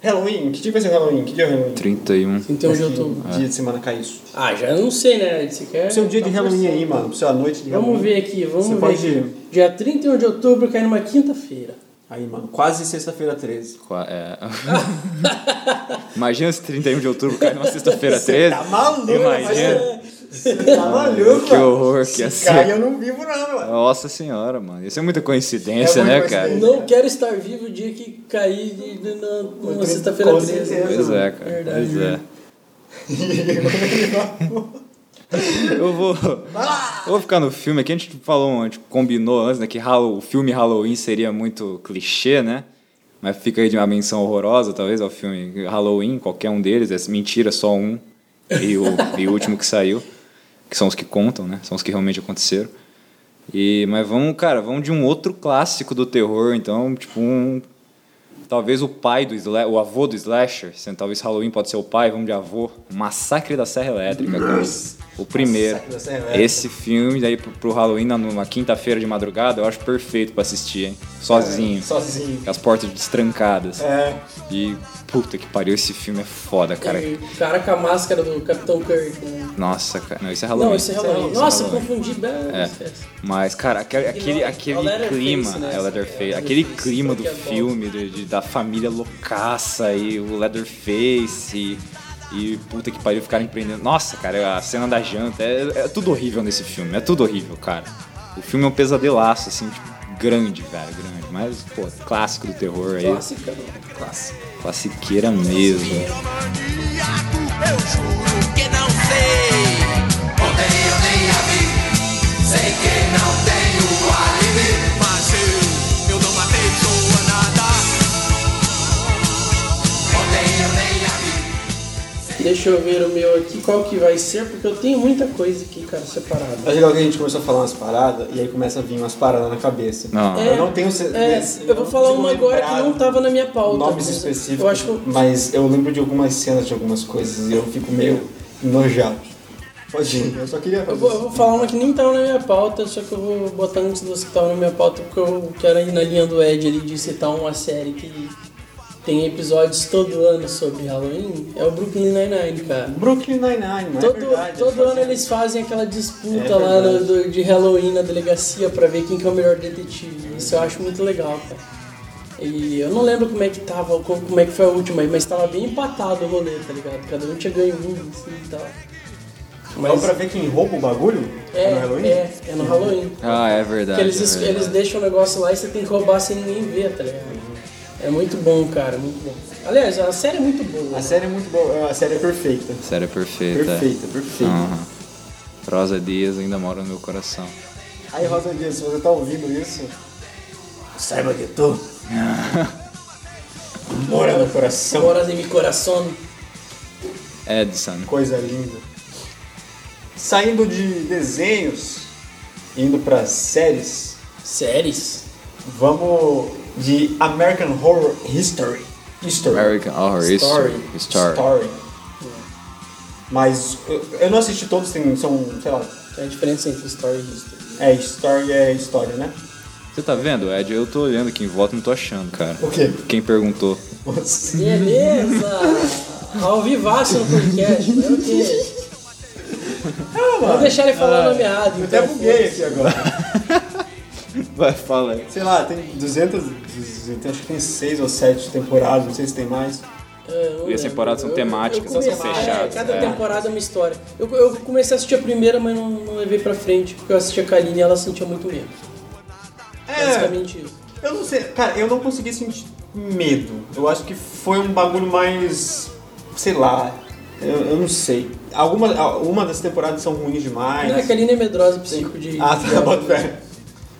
S4: Halloween, que dia vai ser o Halloween? Que dia é o Halloween?
S2: 31.
S3: Então de
S4: Acho que
S3: outubro.
S2: É.
S4: Dia de semana cai isso.
S3: Ah, já não sei, né? Você quer.
S4: Pro seu dia de
S3: tá
S4: Halloween aí,
S3: forçando.
S4: mano. Pro seu noite de
S3: Vamos
S4: Halloween.
S3: ver aqui, vamos
S4: Você
S3: ver.
S4: pode
S3: aqui. Dia 31 de outubro cai numa quinta-feira.
S4: Aí, mano, quase sexta-feira 13.
S2: Qua- é. Imagina se 31 de outubro cai numa sexta-feira 13.
S4: Tá maluco,
S2: Imagina.
S4: Você tá maluco,
S2: Que horror que ia
S4: Esse
S2: ser.
S4: cara eu não vivo não, mano.
S2: Nossa senhora, mano. Isso é muita coincidência,
S4: É muita
S2: né,
S4: coincidência.
S2: cara?
S3: Não quero estar vivo o dia que cair de- de- na, numa
S4: Com
S3: sexta-feira
S4: certeza.
S3: 13.
S2: Pois é, cara.
S3: Verdade,
S2: pois
S4: né?
S2: é. Eu vou. eu vou ficar no filme aqui. A gente falou, a gente combinou antes, né? Que Hall- o filme Halloween seria muito clichê, né? Mas fica aí de uma menção horrorosa, talvez, ao filme Halloween, qualquer um deles. É mentira, só um. E o, e o último que saiu. Que são os que contam, né? São os que realmente aconteceram. E, mas vamos, cara, vamos de um outro clássico do terror, então, tipo, um. Talvez o pai do Slasher, o avô do Slasher, sendo- talvez Halloween pode ser o pai, vamos de avô. Massacre da Serra Elétrica, cara. O primeiro.
S4: Massacre da Serra Elétrica.
S2: Esse filme daí pro, pro Halloween na- numa quinta-feira de madrugada, eu acho perfeito pra assistir, hein? Sozinho.
S4: Sozinho.
S2: Com as portas destrancadas.
S4: É.
S2: E puta que pariu, esse filme é foda, cara.
S3: E o cara com a máscara do Capitão Kirk. né?
S2: Nossa, cara. Não, esse é Halloween.
S3: Não, esse é Halloween.
S2: Esse é
S3: Nossa, eu
S2: Halloween.
S3: confundi bem.
S2: É. Mas, cara, aquele, aquele,
S3: não,
S2: aquele
S3: a Leatherface,
S2: clima,
S3: né?
S2: é, Leatherface,
S3: É,
S2: aquele
S3: Leatherface,
S2: clima do
S3: que é bom.
S2: filme, de- de- da família loucaça e o Leatherface e, e puta que pariu ficarem prendendo. Nossa, cara, a cena da janta, é, é tudo horrível nesse filme, é tudo horrível, cara. O filme é um pesadelaço, assim, tipo, grande, velho, grande. Mas, pô, clássico do terror aí,
S3: Clássica, não. Clássica.
S2: classiqueira mesmo.
S5: maníaco, eu juro que não sei. Ontem eu nem a vi, sei que não tenho alibi. Mas eu, eu não matei sua nada. Ontem eu nem a vi.
S3: Deixa eu ver o meu aqui, qual que vai ser, porque eu tenho muita coisa aqui, cara, separada.
S4: Acho legal que a gente começou a falar umas paradas e aí começa a vir umas paradas na cabeça.
S2: Não.
S4: eu não tenho certeza.
S3: É, eu vou falar uma agora que não tava na minha pauta.
S4: um Nomes
S3: mas
S4: específicos,
S3: Eu acho que eu-
S4: mas eu lembro de algumas cenas de algumas coisas e eu fico meio enojado. Pode ir, eu só queria
S3: eu
S4: fazer
S3: vou, eu vou falar uma que nem tava na minha pauta, só que eu vou botar antes dos que estavam na minha pauta, porque eu quero ir na linha do Ed ali de citar uma série que tem episódios todo ano sobre Halloween. É o Brooklyn Nine-Nine, cara.
S4: isso. Brooklyn Nine-Nine, não
S3: Todo,
S4: é verdade?
S3: todo
S4: eu só
S3: ano
S4: sei.
S3: eles fazem aquela disputa
S4: É
S3: lá
S4: verdade.
S3: no- do- de Halloween na delegacia pra ver quem que é o melhor detetive. Isso eu acho muito legal, cara. E eu não lembro como é que tava, co- como é que foi a última aí, mas tava bem empatado o rolê, tá ligado? Cada um tinha ganho um, assim e tal.
S4: Mas... pra ver quem rouba o bagulho?
S3: É,
S4: no Halloween?
S3: é, é no Halloween.
S2: Ah, é verdade.
S3: Porque eles,
S2: é
S3: es-
S2: verdade.
S3: eles deixam o negócio lá e você tem que roubar sem ninguém ver, tá ligado? É muito bom, cara, muito bom. Aliás, a série é muito boa.
S4: A série é muito boa, a série é perfeita.
S2: Sério, é perfeito.
S4: Perfeita,
S2: É.
S4: perfeita.
S2: Aham. Rosa Dias ainda mora no meu coração.
S4: Aí, Rosa Dias, se você tá ouvindo isso, saiba que tu mora no coração.
S3: Horas em mi coração.
S2: Edson.
S4: Coisa linda. Saindo de desenhos, indo pra séries,
S3: Séries?
S4: vamos de American Horror History. History.
S2: American Horror Story. Story.
S4: Story. Mas eu, eu não assisti todos, tem, são, sei lá,
S3: Tem a diferença É entre Story e History.
S4: é Story é história, né?
S2: Você tá vendo, Ed? Eu tô olhando aqui em volta e não tô achando, cara.
S4: O quê?
S2: Quem perguntou?
S4: Você-
S3: Beleza! Ao vivaço no podcast, mas é o quê? Vou deixar ele
S2: Ah,
S3: falar o nome errado.
S4: Eu
S3: então.
S4: até buguei aqui agora.
S2: Vai, fala aí.
S4: Sei lá, tem 200, 200, acho que tem 6 ou 7 temporadas, não sei se tem mais.
S3: É, eu não
S2: E as temporadas são
S3: lembro.
S2: temáticas,
S3: eu
S2: são
S3: comecei-
S2: fechadas,
S3: é, cada
S2: é.
S3: temporada é uma história. Eu, eu comecei a assistir a primeira, mas não, não levei pra frente, porque eu assisti a Karine e ela sentia muito medo.
S2: É.
S3: Basicamente isso.
S4: É, eu não sei, cara, eu não consegui sentir medo. Eu acho que foi um bagulho mais, sei lá, eu, eu não sei. Alguma, uma das temporadas são ruins demais.
S3: Não, a Karine é medrosa, psico de...
S4: Ah, tá, bota fé.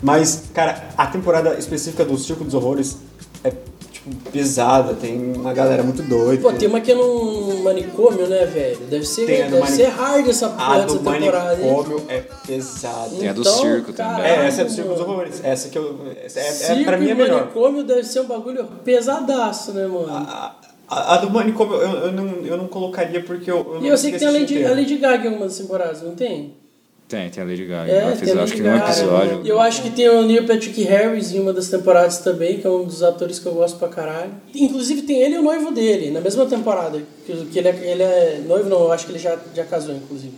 S4: Mas, cara, a temporada específica do Circo dos Horrores é, tipo, pesada, tem uma galera muito doida.
S3: Pô, tem uma que é num manicômio, né, velho? Deve ser,
S4: Tem a do
S3: deve
S4: mani-
S3: ser hard essa
S4: A
S3: porra dessa
S4: do
S3: temporada, hein?
S4: manicômio é pesada.
S2: Tem a do
S3: Então,
S2: circo
S3: caralho,
S2: também.
S4: É, essa é do Circo dos
S3: mano.
S4: Horrores. Essa que eu. Essa é, é,
S3: Circo
S4: pra mim é
S3: e
S4: melhor. Ah,
S3: manicômio deve ser um bagulho pesadaço, né, mano?
S4: A, a- a do manicômio eu, eu, não, eu não colocaria porque eu. eu não
S3: e eu sei que tem a
S4: assisti
S3: Lady, a
S4: inteiro.
S3: Lady Gaga em uma das temporadas, não tem?
S2: Tem, tem a Lady Gaga.
S3: É,
S2: Ela fez,
S3: tem a
S2: acho
S3: Lady
S2: que um
S3: Gaga.
S2: episódio.
S3: E eu acho que tem o Neil Patrick Harris em uma das temporadas também, que é um dos atores que eu gosto pra caralho. Inclusive tem ele e o noivo dele, na mesma temporada. Que, que ele, é, ele é noivo, não, eu acho que ele já, já casou, inclusive.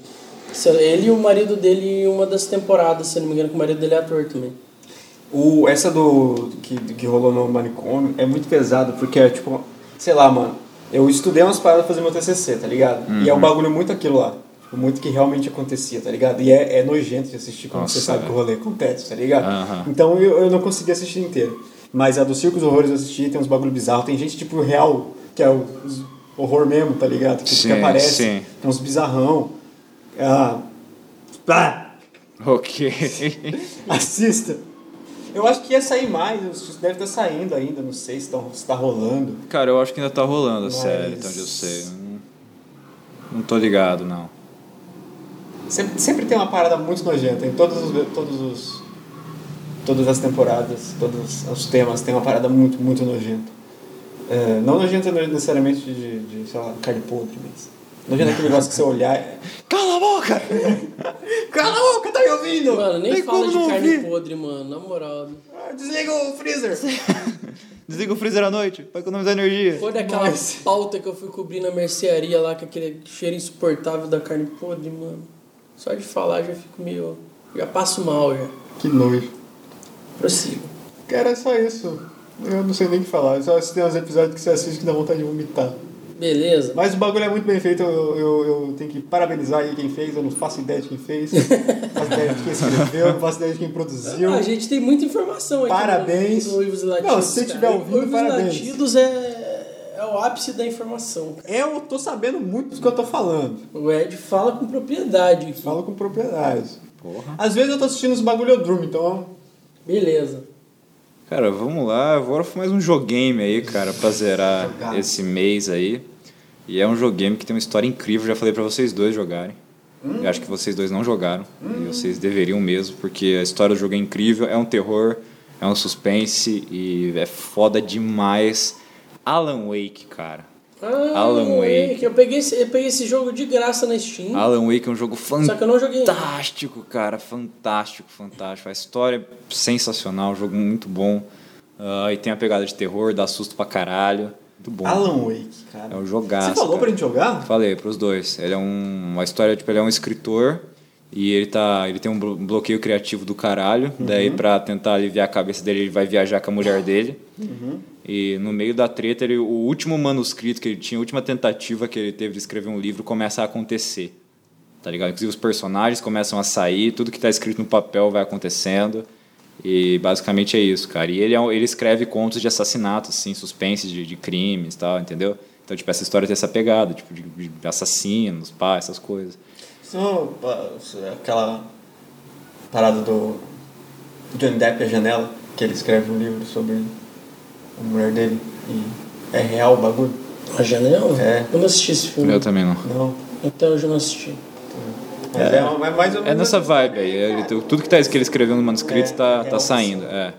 S3: Se- Ele e o marido dele em uma das temporadas, se eu não me engano, que o marido dele é ator também.
S4: O, essa do que, que rolou no manicômio é muito pesado, porque é tipo, sei lá, mano, eu estudei umas paradas pra fazer meu TCC, tá ligado? E
S2: Uhum.
S4: é um bagulho muito aquilo lá, tipo, muito que realmente acontecia, tá ligado? E é, é nojento de assistir quando
S2: Nossa,
S4: você sabe que o
S2: velho.
S4: rolê acontece, tá ligado?
S2: Aham.
S4: Então eu, eu não consegui assistir inteiro. Mas a do Circos Horrores eu assisti, tem uns bagulho bizarro, tem gente tipo real, que é o os horror mesmo, tá ligado? Que,
S2: Sim,
S4: que aparece,
S2: sim.
S4: tem uns bizarrão. Ah, ah,
S2: Ok.
S4: Assista. Eu acho que ia sair mais, os- deve estar saindo ainda, não sei se tá, se tá rolando.
S2: Cara, eu acho que ainda tá rolando a
S4: Mas-
S2: série, até onde eu sei. Eu Não, não tô ligado, não.
S4: Sempre, sempre tem uma parada muito nojenta em todos os, todos os todas as temporadas, todos os temas tem uma parada muito, muito nojenta. É, não nojenta necessariamente de, de, sei lá, carne podre, mas nojenta aquele negócio que você olhar é...
S2: Cala a boca!
S4: Cala a boca, tá me ouvindo?
S3: Mano, nem
S2: Tem
S3: fala
S2: como
S3: de
S2: não
S3: carne
S2: ouvir?
S3: podre, mano. Na moral.
S4: Ah, Desliga o freezer.
S2: Desliga o freezer à noite, pra economizar energia.
S3: Foi daquela pauta que eu fui cobrir na mercearia lá com aquele cheiro insuportável da carne podre, mano. Só de falar já fico meio. Já passo mal já.
S4: Que nojo.
S3: Prossigo.
S4: Cara, é só isso. Eu não sei nem o que falar. Só se tem uns episódios que você assiste que dá vontade de vomitar.
S3: Beleza.
S4: Mas o bagulho é muito bem feito, eu, eu, eu tenho que parabenizar aí quem fez, eu não faço ideia de quem fez, não faço ideia de quem escreveu, não faço ideia de quem produziu.
S3: Ah, a gente tem muita informação aqui.
S4: Parabéns.
S3: No Uivos e Latidos.
S4: Não, se você tiver
S3: cara.
S4: ouvindo,
S3: Uivos e
S4: parabéns.
S3: Latidos é... é o ápice da informação. cara.
S4: Eu tô sabendo muito do que eu tô falando.
S3: O Ed fala com propriedade aqui.
S4: Falo com propriedade.
S2: Porra.
S4: Às vezes eu tô assistindo os bagulho eu durmo, então.
S3: Beleza.
S2: Cara, vamos lá. Agora foi mais um jogame aí, cara, pra zerar
S4: Jogar.
S2: esse mês aí. E é um jogame que tem uma história incrível. Já falei pra vocês dois jogarem. Eu acho que vocês dois não jogaram. E vocês deveriam mesmo, porque a história do jogo é incrível. É um terror, é um suspense e é foda demais. Alan Wake, cara.
S3: Ah,
S2: Alan
S3: é
S2: Wake.
S3: que Eu peguei, esse, eu peguei esse jogo de graça na Steam.
S2: Alan Wake é um jogo fantástico.
S3: Hum. Só que eu não joguei ainda.
S2: Fantástico, cara. Fantástico, fantástico. A história é sensacional, um jogo muito bom. Ah, e tem a pegada de terror, dá susto pra caralho. Muito bom.
S4: Alan Wake, cara.
S2: É um jogaço.
S4: Você falou
S2: cara.
S4: pra gente jogar?
S2: Falei, pros dois. Ele é um, uma história, tipo, ele é um escritor e ele, tá, ele tem um blo- bloqueio criativo do caralho. Daí, pra tentar aliviar a cabeça dele, ele vai viajar com a mulher dele. E no meio da treta, ele, o último manuscrito que ele tinha, a última tentativa que ele teve de escrever um livro começa a acontecer. Tá ligado? Inclusive os personagens começam a sair, tudo que tá escrito no papel vai acontecendo. E basicamente é isso, cara. E ele, é um- ele escreve contos de assassinatos, assim, suspense de, de crimes e tal, entendeu? Então, tipo, essa história tem essa pegada, tipo, de, de assassinos, pá, essas coisas.
S4: Só ah, aquela parada do Johnny Depp e a janela, que ele escreve um livro sobre a mulher dele e é real o bagulho?
S3: A janela?
S4: É.
S3: Eu Tá não assisti esse filme.
S2: Eu também não.
S4: Não.
S3: Até hoje eu não assisti.
S4: Mas é, é mais ou menos.
S2: É nessa vibe aí. ele- tudo que, tá, que ele escreveu no manuscrito
S4: É,
S2: tá,
S4: é um-
S2: tá saindo, é.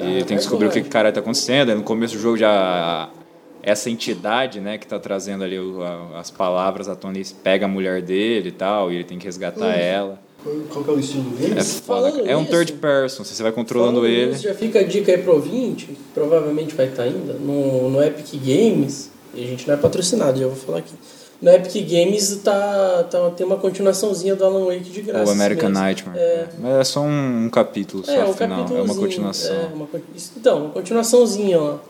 S2: E ele tem que
S3: mas
S2: descobrir o que,
S3: lógico.
S2: que caralho tá acontecendo. Aí no começo do jogo já. Essa entidade, né, que tá trazendo ali o- a- as palavras à tona, ele pega a mulher dele e tal, e ele tem que resgatar ela.
S4: Qual que é o estilo dele?
S2: É foda.
S3: Falando
S2: cara. É um
S3: nisso-
S2: third person, você vai controlando
S3: Falando
S2: ele.
S3: nisso, Então, Já fica a dica aí pro ouvinte, que provavelmente vai estar ainda, no, no Epic Games, e a gente não é patrocinado, já vou falar aqui. No Epic Games tá, tá, tem uma continuaçãozinha do Alan Wake de graça. assim
S2: O American
S3: mesmo.
S2: Nightmare.
S3: É,
S2: Mas é só um, um capítulo, só
S3: é um
S2: final. É uma
S3: capítulozinho,
S2: continuação. é.
S3: é, uma con- isso- então, uma continuaçãozinha lá.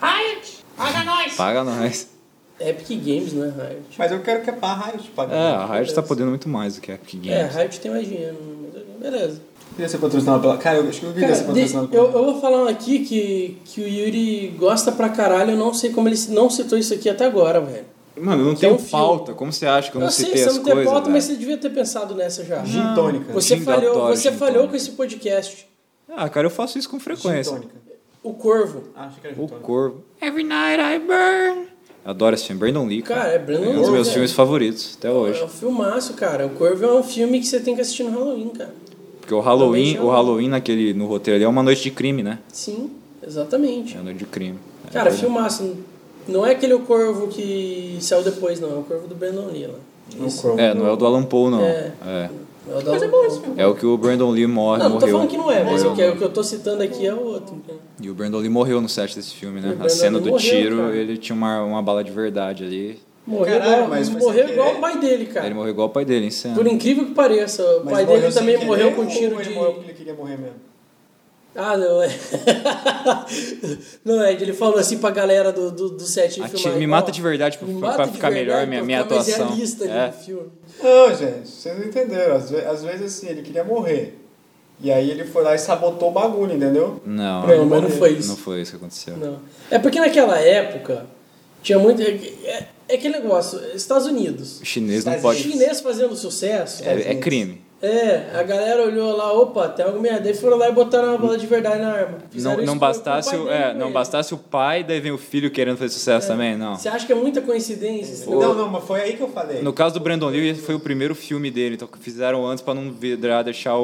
S5: Riot, paga nós.
S2: Paga nós.
S3: Epic Games, não é Riot?
S4: Mas eu quero que a parra Riot pague.
S2: É, a Riot tá podendo muito mais do que a Epic Games.
S3: É, Riot tem mais dinheiro, mas beleza.
S4: Queria ser patrocinado pela. Cara, eu acho que eu queria
S3: Cara,
S4: ser
S3: de-
S4: patrocinado
S3: eu,
S4: pela.
S3: eu vou falar um aqui que, que o Yuri gosta pra caralho, eu não sei como ele não citou isso aqui até agora, velho.
S2: Mano, eu não
S3: Tem
S2: tenho
S3: um filme.
S2: pauta. Como você acha que eu não
S3: sei,
S2: citei
S3: você
S2: as
S3: não tem
S2: coisas? né?
S3: pauta, mas
S2: velho?
S3: você devia ter pensado nessa já. Uhum.
S4: Gin tônica.
S3: Você
S2: Gin,
S3: falhou,
S2: adoro
S3: você
S2: gin
S3: falhou
S2: tônica.
S3: com esse podcast.
S2: Ah, cara, eu faço isso com
S4: Gin
S2: frequência.
S4: tônica.
S3: O Corvo.
S4: Ah, achei que era gin
S2: O
S4: tônica.
S2: Corvo. Every Night I Burn. Eu adoro esse filme. Brandon Lee, cara.
S3: Cara, é Brandon
S2: um dos
S3: Lee,
S2: meus
S3: velho.
S2: filmes favoritos até hoje.
S3: É um filmaço, cara. O Corvo é um filme que você tem que assistir no Halloween, cara.
S2: Porque o Halloween,
S3: Também
S2: o
S3: já-
S2: Halloween naquele, no roteiro ali é uma noite de crime, né?
S3: Sim, exatamente.
S2: É uma noite de crime. É
S3: Cara,
S2: verdade.
S3: filmaço. Não é aquele O Corvo que saiu depois, não. É o Corvo do Brandon Lee lá.
S4: O Chrome.
S2: É, não é o do Alan Poe, não.
S3: É.
S2: É.
S3: É o da... Mas é bom
S2: É o que o Brandon Lee morre,
S3: Não, não tô
S2: morreu.
S3: falando que não é, mas
S2: Morreu
S3: o que, é-
S2: no-
S3: o que eu tô citando aqui é o outro. cara.
S2: E o Brandon Lee morreu no set desse filme, né?
S3: Brandon
S2: A cena
S3: Lee
S2: do
S3: morreu,
S2: tiro,
S3: cara.
S2: ele tinha uma, uma bala de verdade ali.
S3: Morreu
S4: Caralho,
S3: igual,
S4: mas foi sem
S3: morreu
S4: querer.
S3: igual o pai dele, cara.
S2: Ele morreu igual o pai dele, em cena.
S3: Por incrível que pareça, o
S4: Mas
S3: pai
S4: morreu
S3: dele
S4: sem
S3: também
S4: querer
S3: morreu com um
S4: ou
S3: tiro
S4: ele
S3: de.
S4: morreu porque ele queria morrer mesmo.
S3: Ah, não, é. não, Ed, ele falou assim pra galera do, do, do set
S2: Ati-
S3: filmar,
S2: me
S3: ó,
S2: mata de verdade pra-
S3: me
S2: pra-
S3: mata
S2: pra
S3: de
S2: ficar melhor
S3: verdade
S2: minha-
S3: pra
S2: minha
S3: ficar mais
S2: atuação.
S3: realista ali
S2: É.
S3: no filme.
S4: Não, gente, vocês não entenderam. Às ve- às vezes, assim, ele queria morrer. E aí ele foi lá e sabotou o bagulho, entendeu?
S2: Não,
S4: Pra ele
S3: Não, mas não
S4: morrer.
S3: foi isso.
S2: não foi isso que aconteceu.
S3: Não. É porque naquela época tinha muito. É, é- é aquele negócio, Estados Unidos.
S2: O chinês não
S4: Mas
S2: pode.
S3: Chinês fazendo sucesso.
S2: É, é crime.
S3: É, a galera olhou lá, opa, tem algo merda. E foram lá e botaram uma bola de verdade na arma. Fizeram
S2: Não,
S3: isso
S2: não
S3: com-
S2: bastasse
S3: com o
S2: o,
S3: pai dele
S2: é,
S3: com
S2: não
S3: ele.
S2: bastasse o pai, daí vem o filho querendo fazer sucesso também, não.
S3: Você acha que é muita coincidência? esse negócio?
S4: Não, não, mas foi aí que eu falei.
S2: No caso do Brandon Lee, foi o primeiro filme dele, então fizeram antes pra não vidrar, deixar o,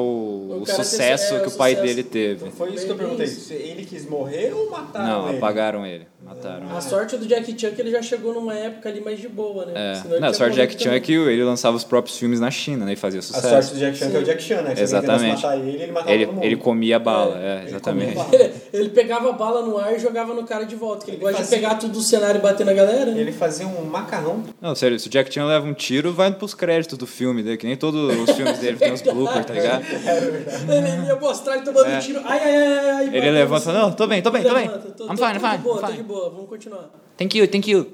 S3: O
S2: o
S3: cara ter-
S2: sucesso
S3: é, o
S2: que o pai
S3: sucesso.
S2: dele teve.
S4: Foi isso que eu perguntei. Se ele quis morrer ou mataram
S2: Não,
S4: ele?
S2: apagaram ele, mataram.
S3: A sorte do Jack Chan é que ele já chegou numa época ali mais de boa, né?
S2: É.
S3: Senão ele
S2: Não, a
S3: tinha
S2: sorte do Jack
S3: morrido
S2: Chan é
S3: também.
S2: que ele lançava os próprios filmes na China, né? E fazia
S4: A
S2: sucesso.
S4: sorte do Jack Chan que é o Jack Chan, né? Se alguém tentasse
S2: Exatamente.
S4: matar ele, ele matava
S2: Ele,
S4: todo mundo.
S2: ele comia bala, é,
S4: Ele
S2: exatamente.
S4: comia bala.
S3: Ele, ele pegava a bala no ar e jogava no cara de volta. Que ele,
S4: Ele
S3: gosta
S4: fazia-
S3: de pegar tudo do cenário e bater na galera. né?
S4: Ele fazia um macarrão.
S2: Não, sério, se o Jack Chan leva um tiro, vai pros créditos do filme dele, que nem todos os filmes dele tem os bloopers, tá ligado?
S3: Ele ia mostrar ele tomando um tiro. Ai, ai, ai, ai, ai.
S2: É. Ele levanta, não, tô bem, tô bem, tô bem. I'm fine, I'm
S3: De
S2: fine,
S3: boa, tô
S2: I'm
S3: de
S2: fine.
S3: boa, vamos continuar.
S2: Thank you, thank you.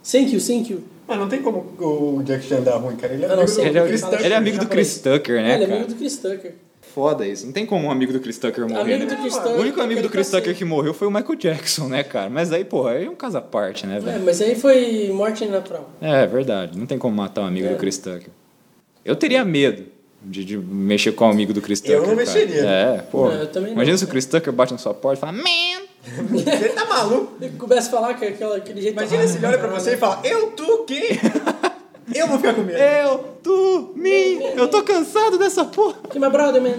S3: Sem kill, sem kill.
S4: Mas não tem como o Jack Chan dar ruim, cara. Ele é
S3: Eu não
S4: amigo
S3: sei.
S4: do
S2: Ele é,
S4: Chris Tucker.
S2: ele é amigo do Chris Tucker, né,
S3: ele é
S2: cara?
S3: amigo do Chris Tucker.
S2: Foda isso. Não tem como um amigo do Chris Tucker morrer.
S3: Amigo
S2: né?
S3: do Chris
S2: O
S3: Tucker,
S2: único amigo do
S3: ele
S2: Chris
S3: tá
S2: Tucker
S3: assim.
S2: que morreu foi o Michael Jackson, né, cara? Mas aí, porra, aí é um caso à parte, né,
S3: É,
S2: velho?
S3: mas aí foi morte natural.
S2: É, verdade. Não tem como matar um amigo do Chris Tucker. Eu teria medo de, de mexer com o amigo do Chris Tucker.
S4: Eu não
S2: cara.
S4: mexeria.
S2: É, porra.
S3: Não, eu também não.
S2: Imagina se o Chris Tucker bate na sua porta e fala, man!
S4: Ele tá maluco.
S3: Ele começa a falar com aquela, aquele jeito...
S4: Imagina se ele olha pra você e fala, eu tu quem? Eu vou ficar com
S2: É.
S4: medo.
S2: Eu, tu, me! Eu tô cansado dessa porra!
S3: Que my brother, man.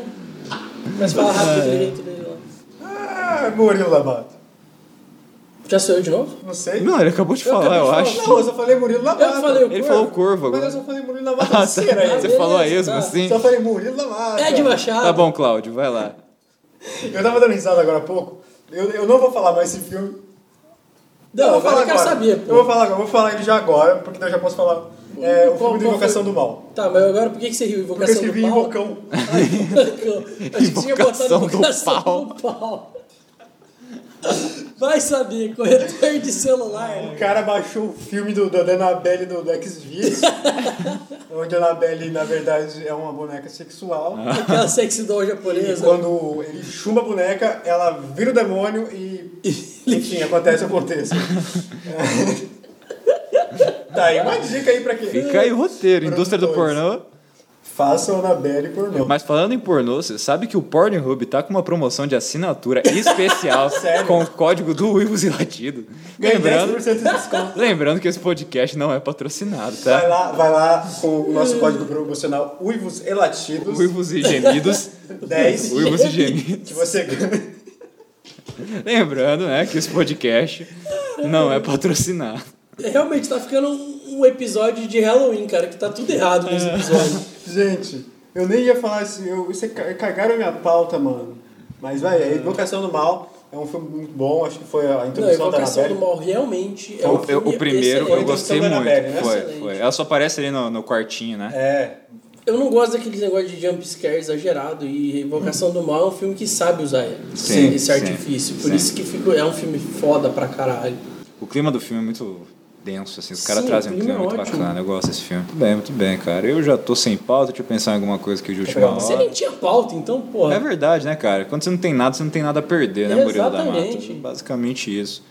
S3: Começa a falar rápido
S2: É.
S3: daquele jeito dele lá.
S4: Ah, Murilo Labato.
S3: Já sou eu de novo?
S4: Não sei.
S2: Não, ele acabou de
S3: Eu
S2: falar,
S3: acabei
S2: eu
S3: de falar.
S2: acho.
S4: Não, eu só falei Murilo Labato.
S3: Eu falei o
S2: Ele
S3: Corvo.
S2: falou o corvo
S4: Mas eu
S2: agora.
S4: só falei Murilo Labato. Ah, Cera,
S2: Ah, Você
S4: aí.
S3: beleza,
S2: falou a esmo,
S3: tá.
S2: assim?
S4: Só falei Murilo Labato.
S3: É de Machado.
S2: Tá bom, Cláudio, vai lá.
S4: Eu tava dando risada agora há pouco. Eu, eu não vou falar mais esse filme.
S3: Não,
S4: Eu
S3: eu, falo, eu quero
S4: agora.
S3: saber.
S4: Eu vou falar agora, eu vou falar ele já agora, porque daí eu já posso falar. É, o
S3: Qual-
S4: filme do
S3: qual
S4: Invocação
S3: foi?
S4: do Mal.
S3: Tá, mas agora por que que você riu?
S4: Porque eu
S3: Invocação
S4: escrevi
S3: do pau?
S4: Invocão.
S3: Invocação. Acho que tinha botado
S2: Invocação do
S3: invocação
S2: pau.
S3: do pau. Vai saber, corretor de celular.
S4: O cara baixou o filme do, da Annabelle do Lex Vídeos, onde a Annabelle, na verdade, é uma boneca sexual.
S2: Ah.
S3: Aquela sexy doll
S4: E
S3: japonesa.
S4: quando ele chumba a boneca, ela vira o demônio e. Enfim, acontece, acontece. É. tá aí uma dica aí pra quem.
S2: Fica aí o roteiro, indústria do
S4: Produtores.
S2: pornô.
S4: Faça a Annabelle pornô.
S2: Mas falando em pornô, você sabe que o Pornhub tá com uma promoção de assinatura especial
S4: Sério?
S2: com o código do Uivos e Latido.
S4: Ganhe
S2: Lembrando,
S4: 10% de desconto.
S2: lembrando que esse podcast não é patrocinado,
S4: Vai
S2: tá?
S4: lá, vai lá com o nosso código promocional Uivos e Latidos
S2: Uivos e gemidos.
S4: 10
S2: Uivos e gemidos.
S4: que você ganha.
S2: Lembrando, né, que esse podcast não é patrocinado.
S3: Realmente tá ficando um, um episódio de Halloween, cara, que tá tudo errado nesse episódio.
S4: Gente, eu nem ia falar assim, eu, você ca- cagaram minha pauta, mano. Mas vai, é Invocação do Mal é um filme muito bom, acho que foi a
S3: Não,
S4: introdução da
S3: Invocação do
S4: Annabelle.
S3: Mal realmente é
S2: O, Então,
S3: um
S2: eu-
S3: filme
S2: o primeiro eu
S3: excelente.
S2: gostei
S4: Introdução da Annabelle,
S2: muito.
S4: né?
S2: Foi,
S3: Excelente.
S2: foi. Ela só aparece ali no, no quartinho, né?
S4: É,
S3: Eu não gosto daqueles negócios de jumpscare exagerado e Invocação do Mal é um filme que sabe usar
S2: Sim,
S3: esse
S2: sim,
S3: artifício. Por
S2: sim.
S3: isso que fica, é um filme foda pra caralho.
S2: O clima do filme é muito denso, assim. Os caras
S3: Sim,
S2: trazem
S3: o
S2: um
S3: clima
S2: clima
S3: é
S2: muito
S3: ótimo.
S2: bacana. Eu gosto desse filme. Muito bem, muito bem, cara. Eu já tô sem pauta, deixa eu pensar em alguma coisa aqui de última
S4: pegar
S2: hora.
S4: uma
S3: Você nem tinha pauta, então,
S2: É
S3: porra.
S2: verdade, né, cara? Quando você não tem nada, você não tem nada a perder, né, Murilo da Mata?
S3: Exatamente.
S2: Basicamente isso.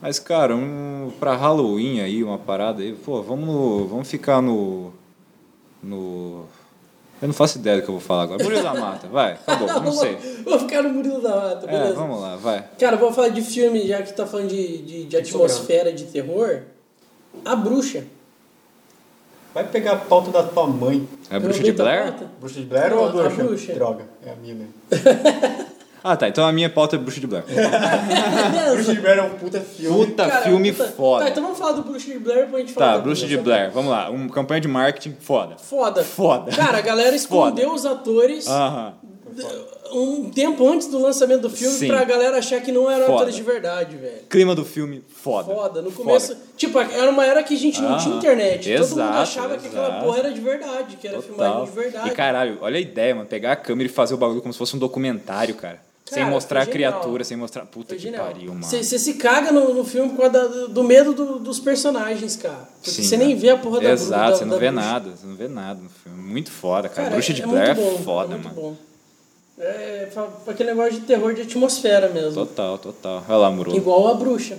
S2: Mas, cara, um, pra Halloween aí, uma parada aí, pô, vamos, no- vamos ficar no. No. Eu não faço ideia do que eu vou falar agora. Murilo da Mata, vai, acabou, tá não sei.
S3: Vou ficar no Murilo da Mata,
S2: É,
S3: beleza.
S2: vamos lá, vai.
S3: Cara, vou falar de filme, já que tá falando de, de, de atmosfera de terror. A Bruxa.
S4: vai pegar a pauta da tua mãe.
S2: É a
S3: Eu
S2: bruxa de
S3: aumento a
S2: Blair?
S3: pauta.
S4: Bruxa de Blair ou a
S3: Não, a
S4: bruxa?
S3: bruxa.
S4: Droga, é a mina.
S2: Ah, tá, então a minha pauta é bruxa de Blair.
S4: Bruxa
S3: Beleza.
S4: de Blair é um puta filme.
S2: Puta
S3: Cara,
S2: filme
S3: puta-
S2: foda.
S3: Tá, então vamos falar do Bruxa de Blair pra gente falar.
S2: Tá,
S3: da
S2: Bruxa de Blair, vamos lá. Um campanha de marketing foda.
S3: Foda.
S2: Foda.
S3: Cara, a galera
S2: Foda. Ah.
S3: escondeu os atores.
S2: Aham.
S3: um tempo antes do lançamento do filme
S2: Sim.
S3: pra galera achar que não era
S2: Foda.
S3: atores de verdade, velho.
S2: Clima do filme foda.
S3: Foda. No começo, tipo, era uma era que a gente não
S2: Aham.
S3: tinha internet. Todo mundo
S2: Exato,
S3: achava que aquela
S2: exato.
S3: porra era de verdade, que era filmagem
S2: Total.
S3: é de verdade.
S2: E caralho, olha a ideia, mano. Pegar a câmera e fazer o bagulho como se fosse um documentário, cara. sem
S3: Cara,
S2: mostrar a
S3: foi genial.
S2: criatura, sem mostrar. Puta
S3: Foi
S2: que
S3: genial.
S2: pariu, mano.
S3: Você se caga no, no filme por causa da- do, do medo do- dos personagens, cara. Porque
S2: Sim,
S3: você
S2: cara.
S3: nem vê a porra da bru-
S2: Exato,
S3: da-
S2: você
S3: da
S2: não vê
S3: bruxa.
S2: nada, você não vê nada no filme. Muito foda, cara.
S3: Cara,
S2: Bruxa de
S3: muito
S2: Blair é
S3: bom,
S2: foda,
S3: muito
S2: mano.
S3: bom. É, pra, pra aquele negócio de terror de atmosfera mesmo.
S2: Total, total. Olha lá, Murilo.
S3: Igual a bruxa.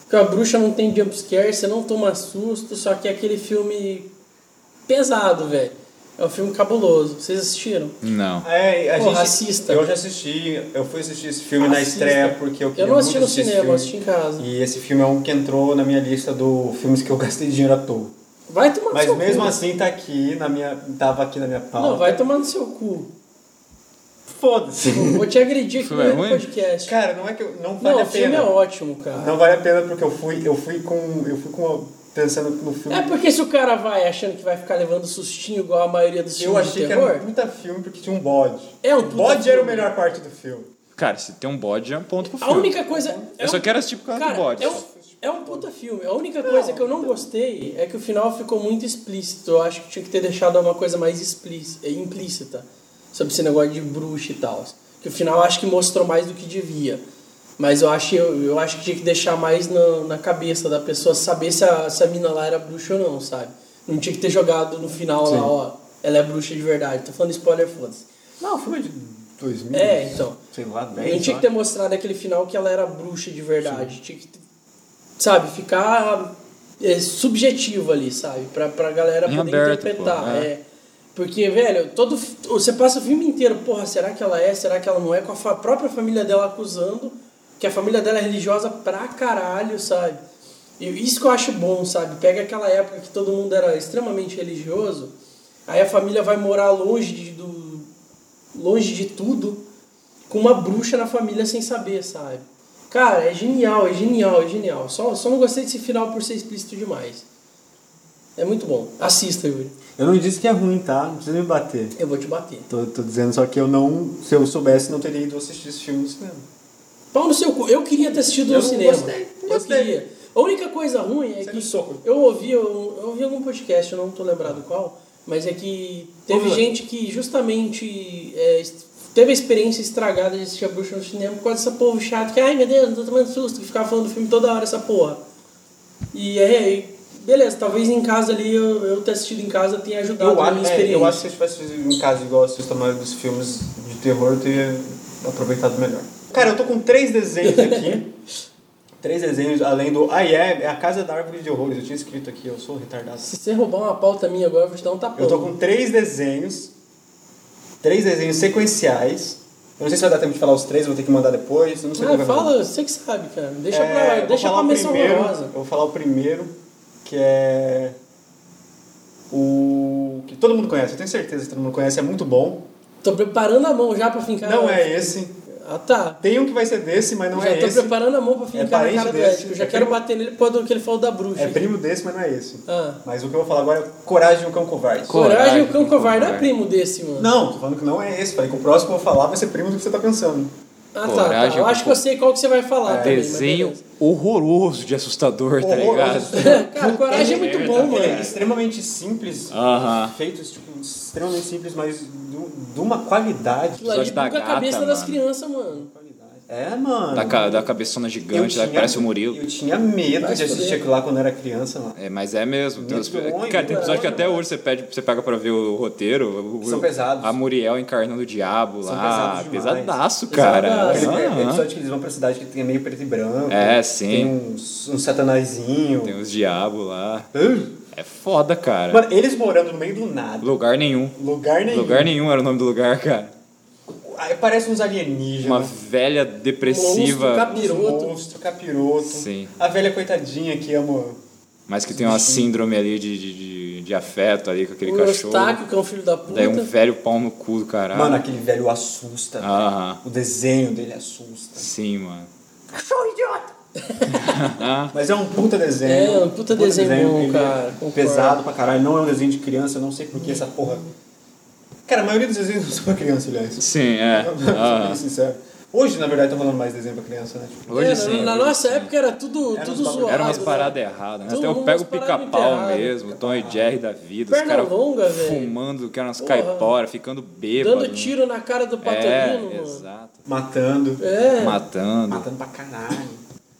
S3: Porque a bruxa não tem jumpscare, você não toma susto, só que é aquele filme pesado, velho. É um filme cabuloso. Vocês assistiram?
S2: Não.
S4: É, a
S3: Pô,
S4: gente,
S3: racista.
S4: Eu já assisti, eu fui assistir esse filme na
S3: Racista.
S4: estreia porque eu queria
S3: Eu não assisti
S4: muito
S3: no
S4: assistir esse
S3: cinema, eu assisti
S4: filme.
S3: em casa.
S4: E esse filme é um que entrou na minha lista do filmes que eu gastei dinheiro à toa.
S3: Vai tomar no
S4: Mas
S3: seu
S4: mesmo
S3: cu.
S4: assim tá aqui na minha, tava aqui na minha pauta.
S3: Não, vai tomar no seu cu.
S4: Foda-se.
S3: Vou te agredir aqui no
S2: Filme é ruim?
S3: podcast.
S4: Cara, não é que eu, não vale
S3: não,
S4: a
S3: o filme
S4: pena. Então-
S3: é ótimo, cara.
S4: Não vale a pena porque eu fui, eu fui com, eu fui com pensando no filme.
S3: É porque se o cara vai achando que vai ficar levando sustinho igual a maioria dos
S4: eu
S3: filmes de
S4: achei que era
S3: terror,
S4: um puta filme porque tinha um bode.
S3: É um
S4: O
S3: puta
S4: bode era a
S3: filme.
S4: melhor parte do filme.
S2: Cara, se tem um bode, é um ponto pro
S3: a
S2: filme.
S3: única coisa. é
S2: Eu só
S3: um-
S2: quero assistir por causa
S3: Cara,
S2: do bode.
S3: É um, é um puta filme. A única coisa que eu não gostei é que o final ficou muito explícito. Eu acho que tinha que ter deixado uma coisa mais explí- eh, implícita sobre esse negócio de bruxa e tal. Que o final eu acho que mostrou mais do que devia. Mas eu acho, eu, eu acho que tinha que deixar mais na, na cabeça da pessoa saber se a, se a mina lá era bruxa ou não, sabe? Não tinha que ter jogado no final lá, ó, ela é bruxa de verdade. Tô falando spoiler, foda-se.
S4: Não, o filme é de 2000.
S3: É, então.
S4: Sei lá, 10.
S3: Não tinha que ter mostrado aquele final que ela era bruxa de verdade. Tinha que, sabe, ficar é, subjetivo ali, sabe? Pra, pra galera
S2: Em
S3: poder
S2: aberto, pô,
S3: interpretar.
S2: é.
S3: é. Porque, velho, todo, fi- você passa o filme inteiro, porra, será que ela é? Será que ela não é? Com a fa- própria família dela acusando, que a família dela é religiosa pra caralho, sabe? E isso que eu acho bom, sabe? Pega aquela época que todo mundo era extremamente religioso, aí a família vai morar longe de- do, longe de tudo, com uma bruxa na família sem saber, sabe? Cara, é genial, é genial, é genial. Só, só não gostei desse final por ser explícito demais. É muito bom. Assista, Yuri.
S4: Eu não disse que é ruim, tá? Não precisa me bater.
S3: Eu vou te bater.
S4: Tô, tô dizendo só que eu não. Se eu soubesse, não teria ido assistir esse filme no cinema.
S3: Pau no seu cu. Eu queria ter assistido
S4: Eu
S3: no
S4: não
S3: cinema.
S4: gostei, não
S3: eu
S4: gostei.
S3: queria. A única coisa ruim é
S4: Você
S3: que
S4: me soco.
S3: eu ouvi, um, eu, eu ouvi algum podcast, eu não tô lembrado qual, mas é que teve
S4: Ouve lá.
S3: gente que justamente é, est- teve a experiência estragada de assistir a bruxa no cinema por causa dessa povo chato que, ai meu Deus, não tô tomando susto, que ficava falando do filme toda hora essa porra. E é, e beleza, talvez em casa ali eu, eu ter assistido em casa tenha ajudado
S4: Eu
S3: na
S4: acho,
S3: minha
S4: é,
S3: experiência.
S4: eu acho que se eu tivesse feito em casa igual eu assisto a maioria dos filmes de terror, eu teria aproveitado melhor. Cara, eu tô com três desenhos aqui. três desenhos, além do. Ah, é, é a Casa da Árvore de Horrores. Eu tinha escrito aqui, eu sou um retardado.
S3: Se você roubar uma pauta minha agora, eu vou te dar um tapão.
S4: Eu tô com três desenhos. Três desenhos sequenciais. Eu não sei se vai dar tempo de falar os três, eu vou ter que é mandar depois. Eu não sei como
S3: Ah,
S4: vai fazer.
S3: fala, você que sabe, cara. Deixa
S4: É, eu
S3: pra,
S4: vou
S3: deixa
S4: falar
S3: pra
S4: o
S3: menção
S4: primeiro,
S3: honrosa.
S4: Eu vou falar o primeiro, que é. O. que todo mundo conhece, eu tenho certeza que todo mundo conhece, é muito bom.
S3: Tô preparando a mão já pra fincar.
S4: não é esse.
S3: Ah, tá.
S4: Tem um que vai ser desse, mas não
S3: já
S4: é
S3: tô
S4: esse.
S3: preparando a mão pra
S4: É
S3: fincar na
S4: parente
S3: cara do
S4: desse.
S3: Ético. Eu já
S4: É
S3: quero
S4: primo-
S3: bater nele por causa do que ele falou da bruxa.
S4: É primo desse, mas não é esse.
S3: Ah.
S4: Mas o que eu vou falar agora é Coragem e o Cão Covarde.
S2: Co-
S3: Coragem, o
S2: Coragem,
S3: cão covarde. Não é
S2: covarde.
S3: primo desse, mano.
S4: Não, tô falando que não é esse. Falei que o próximo que eu vou falar vai ser primo do que você tá pensando.
S3: Ah, tá,
S2: Coragem, é
S3: tá. Eu
S2: o
S3: acho que
S2: cão-
S3: eu sei qual que você vai
S4: É.
S3: falar. também, mas
S2: Desenho
S3: beleza.
S2: horroroso de assustador, tá
S4: Horroroso.
S2: ligado? Tá
S3: Cara, coragem é muito bom,
S4: Ele é
S3: mano.
S4: extremamente simples,
S2: Aham.
S4: feito tipo, extremamente simples, mas do- de uma qualidade.
S3: Aquilo ali
S2: Episódio da
S3: buga a
S2: gata,
S3: cabeça das
S2: mano.
S3: crianças, mano.
S4: É, mano.
S2: Da, Tá ca- da cabeçona
S4: Eu
S2: gigante, lá
S4: tinha,
S2: que né? parece o Murilo.
S4: Eu tinha medo
S3: Vai
S4: de
S3: se
S4: assistir
S3: fuder.
S4: aquilo lá quando eu era criança, mano.
S2: É, mas é mesmo. Tem uns-
S4: Muito ruim,
S2: cara, tem
S4: muito
S2: episódio que
S4: ruim,
S2: até hoje você, pede, você pega pra ver o roteiro. o-
S4: São
S2: o-
S4: pesados.
S2: A Muriel encarnando o diabo
S4: São
S2: lá.
S4: pesados demais.
S2: Ah, Pesadaço, cara.
S3: Pesadaço.
S4: Aquele
S2: Aham.
S4: episódio que eles vão pra cidade que tem meio preto e branco.
S2: É, sim.
S4: Tem uns, um satanazinho.
S2: Tem um- os diabos lá.
S4: Ugh.
S2: É foda, cara.
S4: Mano, eles morando no meio do nada.
S2: Lugar nenhum.
S4: Lugar nenhum.
S2: Lugar nenhum era o nome do lugar, cara.
S4: Aí parece uns
S2: Uma
S4: alienígenas.
S2: velha
S3: Monstro,
S2: depressiva,
S3: cap-
S4: uns
S3: Capiroto.
S4: Monstro, capiroto.
S2: Sim.
S4: A velha coitadinha que ama.
S2: mas que tem uma síndrome ali de, de, de, de afeto ali com aquele
S3: O
S2: cachorro.
S3: Eustáquio, que é um filho da puta.
S2: Daí um velho pau no cu do caralho.
S4: Mano, aquele velho assusta.
S2: Aham.
S4: O desenho dele assusta.
S2: Sim, mano.
S3: um
S2: Ah,
S4: Mas é um puta desenho.
S3: É, um puta desenho bom,
S4: ele é
S3: cara, concordo.
S4: Pesado pra caralho. Não é um desenho de criança, eu não sei por que essa porra. Cara, a maioria dos desenhos não são pra criança, aliás.
S2: Sim, é.
S4: Pra ser
S2: Aham.
S4: bem sincero. Hoje, na verdade, tá rolando mais desenho pra criança, né? Tipo,
S2: Hoje
S3: É,
S2: sim.
S3: na, na
S2: hoje
S3: nossa
S2: sim.
S3: época era tudo,
S4: Era
S3: tudo
S4: uns bagulho-
S3: zoado.
S2: Era umas
S3: né?
S2: paradas erradas. Né?
S3: Todo
S2: Até eu
S3: mundo
S2: pego o
S3: umas paradas
S2: pica-pau
S3: muito
S2: mesmo, Tom e Jerry da vida, os
S3: Perna
S2: caras
S3: longa, velho.
S2: fumando, que eram umas
S3: Porra.
S2: caipora, ficando bêbado. né?
S3: Dando tiro na cara do
S2: É,
S3: patolino, mano.
S2: exato.
S4: matando.
S3: É,
S2: Matando.
S4: Matando pra caralho.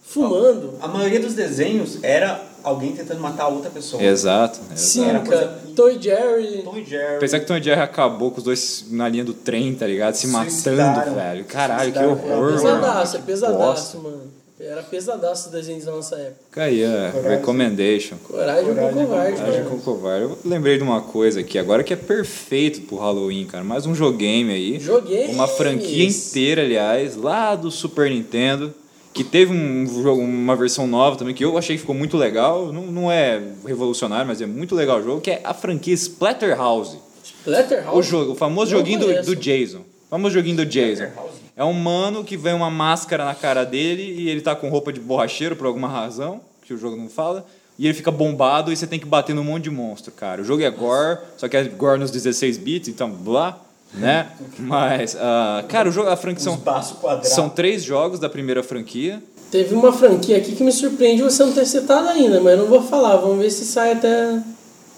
S3: fumando.
S4: A maioria dos desenhos era alguém tentando matar outra pessoa.
S2: Exato. exato.
S3: Sim,
S4: Era
S3: cara.
S4: coisa-
S3: Toy Jerry.
S4: Tom e Jerry.
S2: Pensar que Tom e Jerry acabou com os dois na linha do trem, tá ligado? Se
S4: Suicidaram.
S2: matando, velho. Caralho, que
S4: Suicidaram.
S2: horror.
S3: Pesadaço, é
S2: mano. Que
S3: pesadaço,
S2: bosta.
S3: mano. Era pesadaço os desenhos da nossa época.
S2: Fica aí, a
S4: Coragem.
S2: recommendation.
S3: Coragem um
S4: Coragem,
S3: pouco covarde,
S2: Coragem
S3: mano.
S2: com covarde. Eu lembrei de uma coisa aqui agora que é perfeito pro Halloween, cara. Mais um jogame aí.
S3: Joguei.
S2: Uma franquia inteira, aliás, lá do Super Nintendo. Que teve um jogo, uma versão nova também, que eu achei que ficou muito legal. Não, não é revolucionário, mas é muito legal o jogo, que é a franquia Splatterhouse.
S3: Splatterhouse.
S2: O jogo, o famoso
S3: Não
S2: joguinho do,
S3: conheço.
S2: do Jason. O famoso joguinho do Jason.
S4: Splatterhouse?
S2: É um mano que vem uma máscara na cara dele e ele tá com roupa de borracheiro por alguma razão, que o jogo não fala. E ele fica bombado e você tem que bater num monte de monstro, cara. O jogo é gore, só que é gore nos 16 bits, então blá, né? Mas, ah, cara, o jogo, a franquia
S4: Os
S2: são,
S4: braços quadrados.
S2: são três jogos da primeira franquia.
S3: Teve uma franquia aqui que me surpreende você não ter citado ainda, mas não vou falar. Vamos ver se sai até,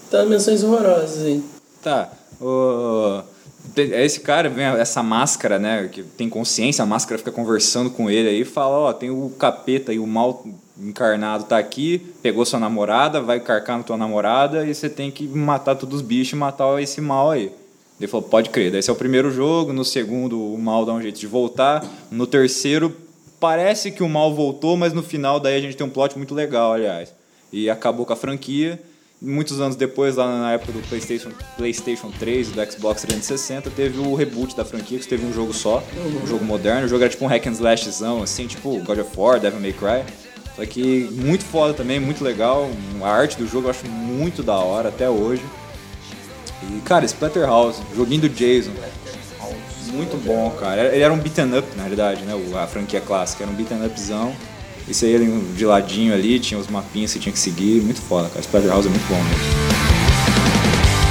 S3: até menções horrorosas aí.
S2: Tá. O... te- é Esse cara vem essa máscara, né? Que tem consciência, a máscara fica conversando com ele aí e fala, ó, tem o capeta e o mal encarnado tá aqui, pegou sua namorada, vai carcar na tua namorada e você tem que matar todos os bichos e matar esse mal aí. Ele falou, pode crer, daí esse é o primeiro jogo, no segundo o mal dá um jeito de voltar, no terceiro parece que o mal voltou, mas no final daí a gente tem um plot muito legal, aliás. E acabou com a franquia. Muitos anos depois, lá na época do PlayStation, PlayStation 3 e do Xbox 360, teve o reboot da franquia, que teve um jogo só, um jogo moderno. O jogo era tipo um hack and slashzão, assim, tipo God of War, Devil May Cry. Só que muito foda também, muito legal. A arte do jogo eu acho muito da hora até hoje. E, cara, Splatterhouse, joguinho do Jason. Muito bom, cara. Ele era um beat'em up, na verdade, né? o- A franquia clássica era um beat'em upzão. E você ia de ladinho ali, tinha os mapinhas que você tinha que seguir. Muito foda, cara. Splatterhouse é muito bom mesmo.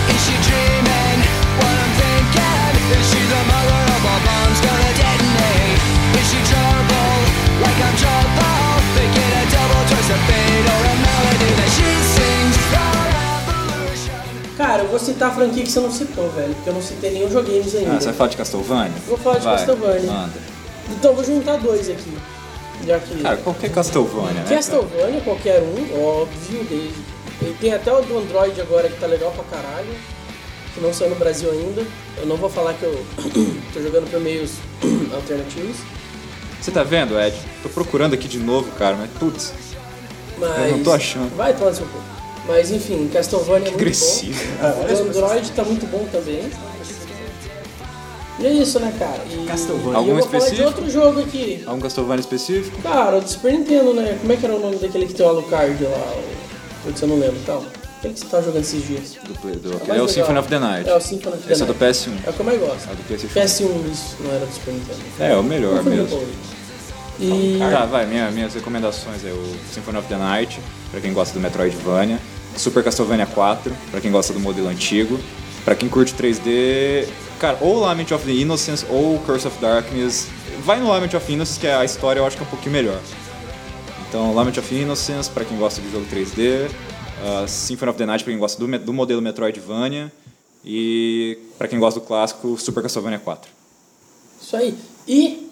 S5: Is she dreaming what I'm thinking? Is she the mother of all bombs gonna detonate? Is she trouble like I'm trouble? Thinking a double choice of fate or a melody that she sings for revolution.
S3: Cara, eu vou citar a franquia que você não citou, velho, porque eu não citei nenhum joguinho ainda.
S2: Ah, você vai falar de Castlevania?
S3: Vou falar de
S2: Vai,
S3: Castlevania.
S2: Manda.
S3: Então vou juntar dois aqui. Já que.
S2: Cara, qualquer Castlevania, né? cara?
S3: Castlevania, qualquer um, óbvio, desde. Ele tem até o do Android agora que tá legal pra caralho, que não saiu no Brasil ainda. Eu não vou falar que eu tô jogando por meios alternativos,
S2: Você tá vendo, Ed? Tô procurando aqui de novo, cara, mas
S3: É
S2: putz,
S3: mas.
S2: Eu não tô achando.
S3: Vai tomar no seu cu. Mas enfim, Castlevania é muito
S2: agressivo.
S3: bom. O do Android tá muito bom também. E é isso, né, cara? E,
S4: Castlevania.
S3: e
S2: Algum
S3: eu vou falar de
S2: específico?
S3: outro jogo aqui.
S2: Algum um Castlevania específico?
S3: Cara, o do Super Nintendo, né? Como é que era o nome daquele que tem o Alucard lá? O- Putz, eu não lembro, calma. Aquele que você tá jogando esses dias?
S2: Do play, do,
S3: mais
S2: é o
S3: legal.
S2: Symphony of the Night.
S3: É o Symphony of the
S2: Esse é do
S3: Night.
S2: PS1.
S3: É o que eu mais gosto.
S2: É o do PlayStation.
S3: PS1, isso, não era do Super Nintendo.
S2: É, o melhor
S3: Não foi meu
S2: mesmo.
S3: favorito. E.
S2: Tá, vai, minha, minhas recomendações é o Symphony of the Night, pra quem gosta do Metroidvania, Super Castlevania 4, pra quem gosta do modelo antigo, pra quem curte 3D, cara, ou Lament of the Innocence ou Curse of Darkness, vai no Lament of Innocence, que a história eu acho que é um pouquinho melhor. Então, Lament of Innocence, pra quem gosta de jogo 3D, uh, Symphony of the Night, pra quem gosta do, me- do modelo Metroidvania, e pra quem gosta do clássico, Super Castlevania 4.
S3: Isso aí. E.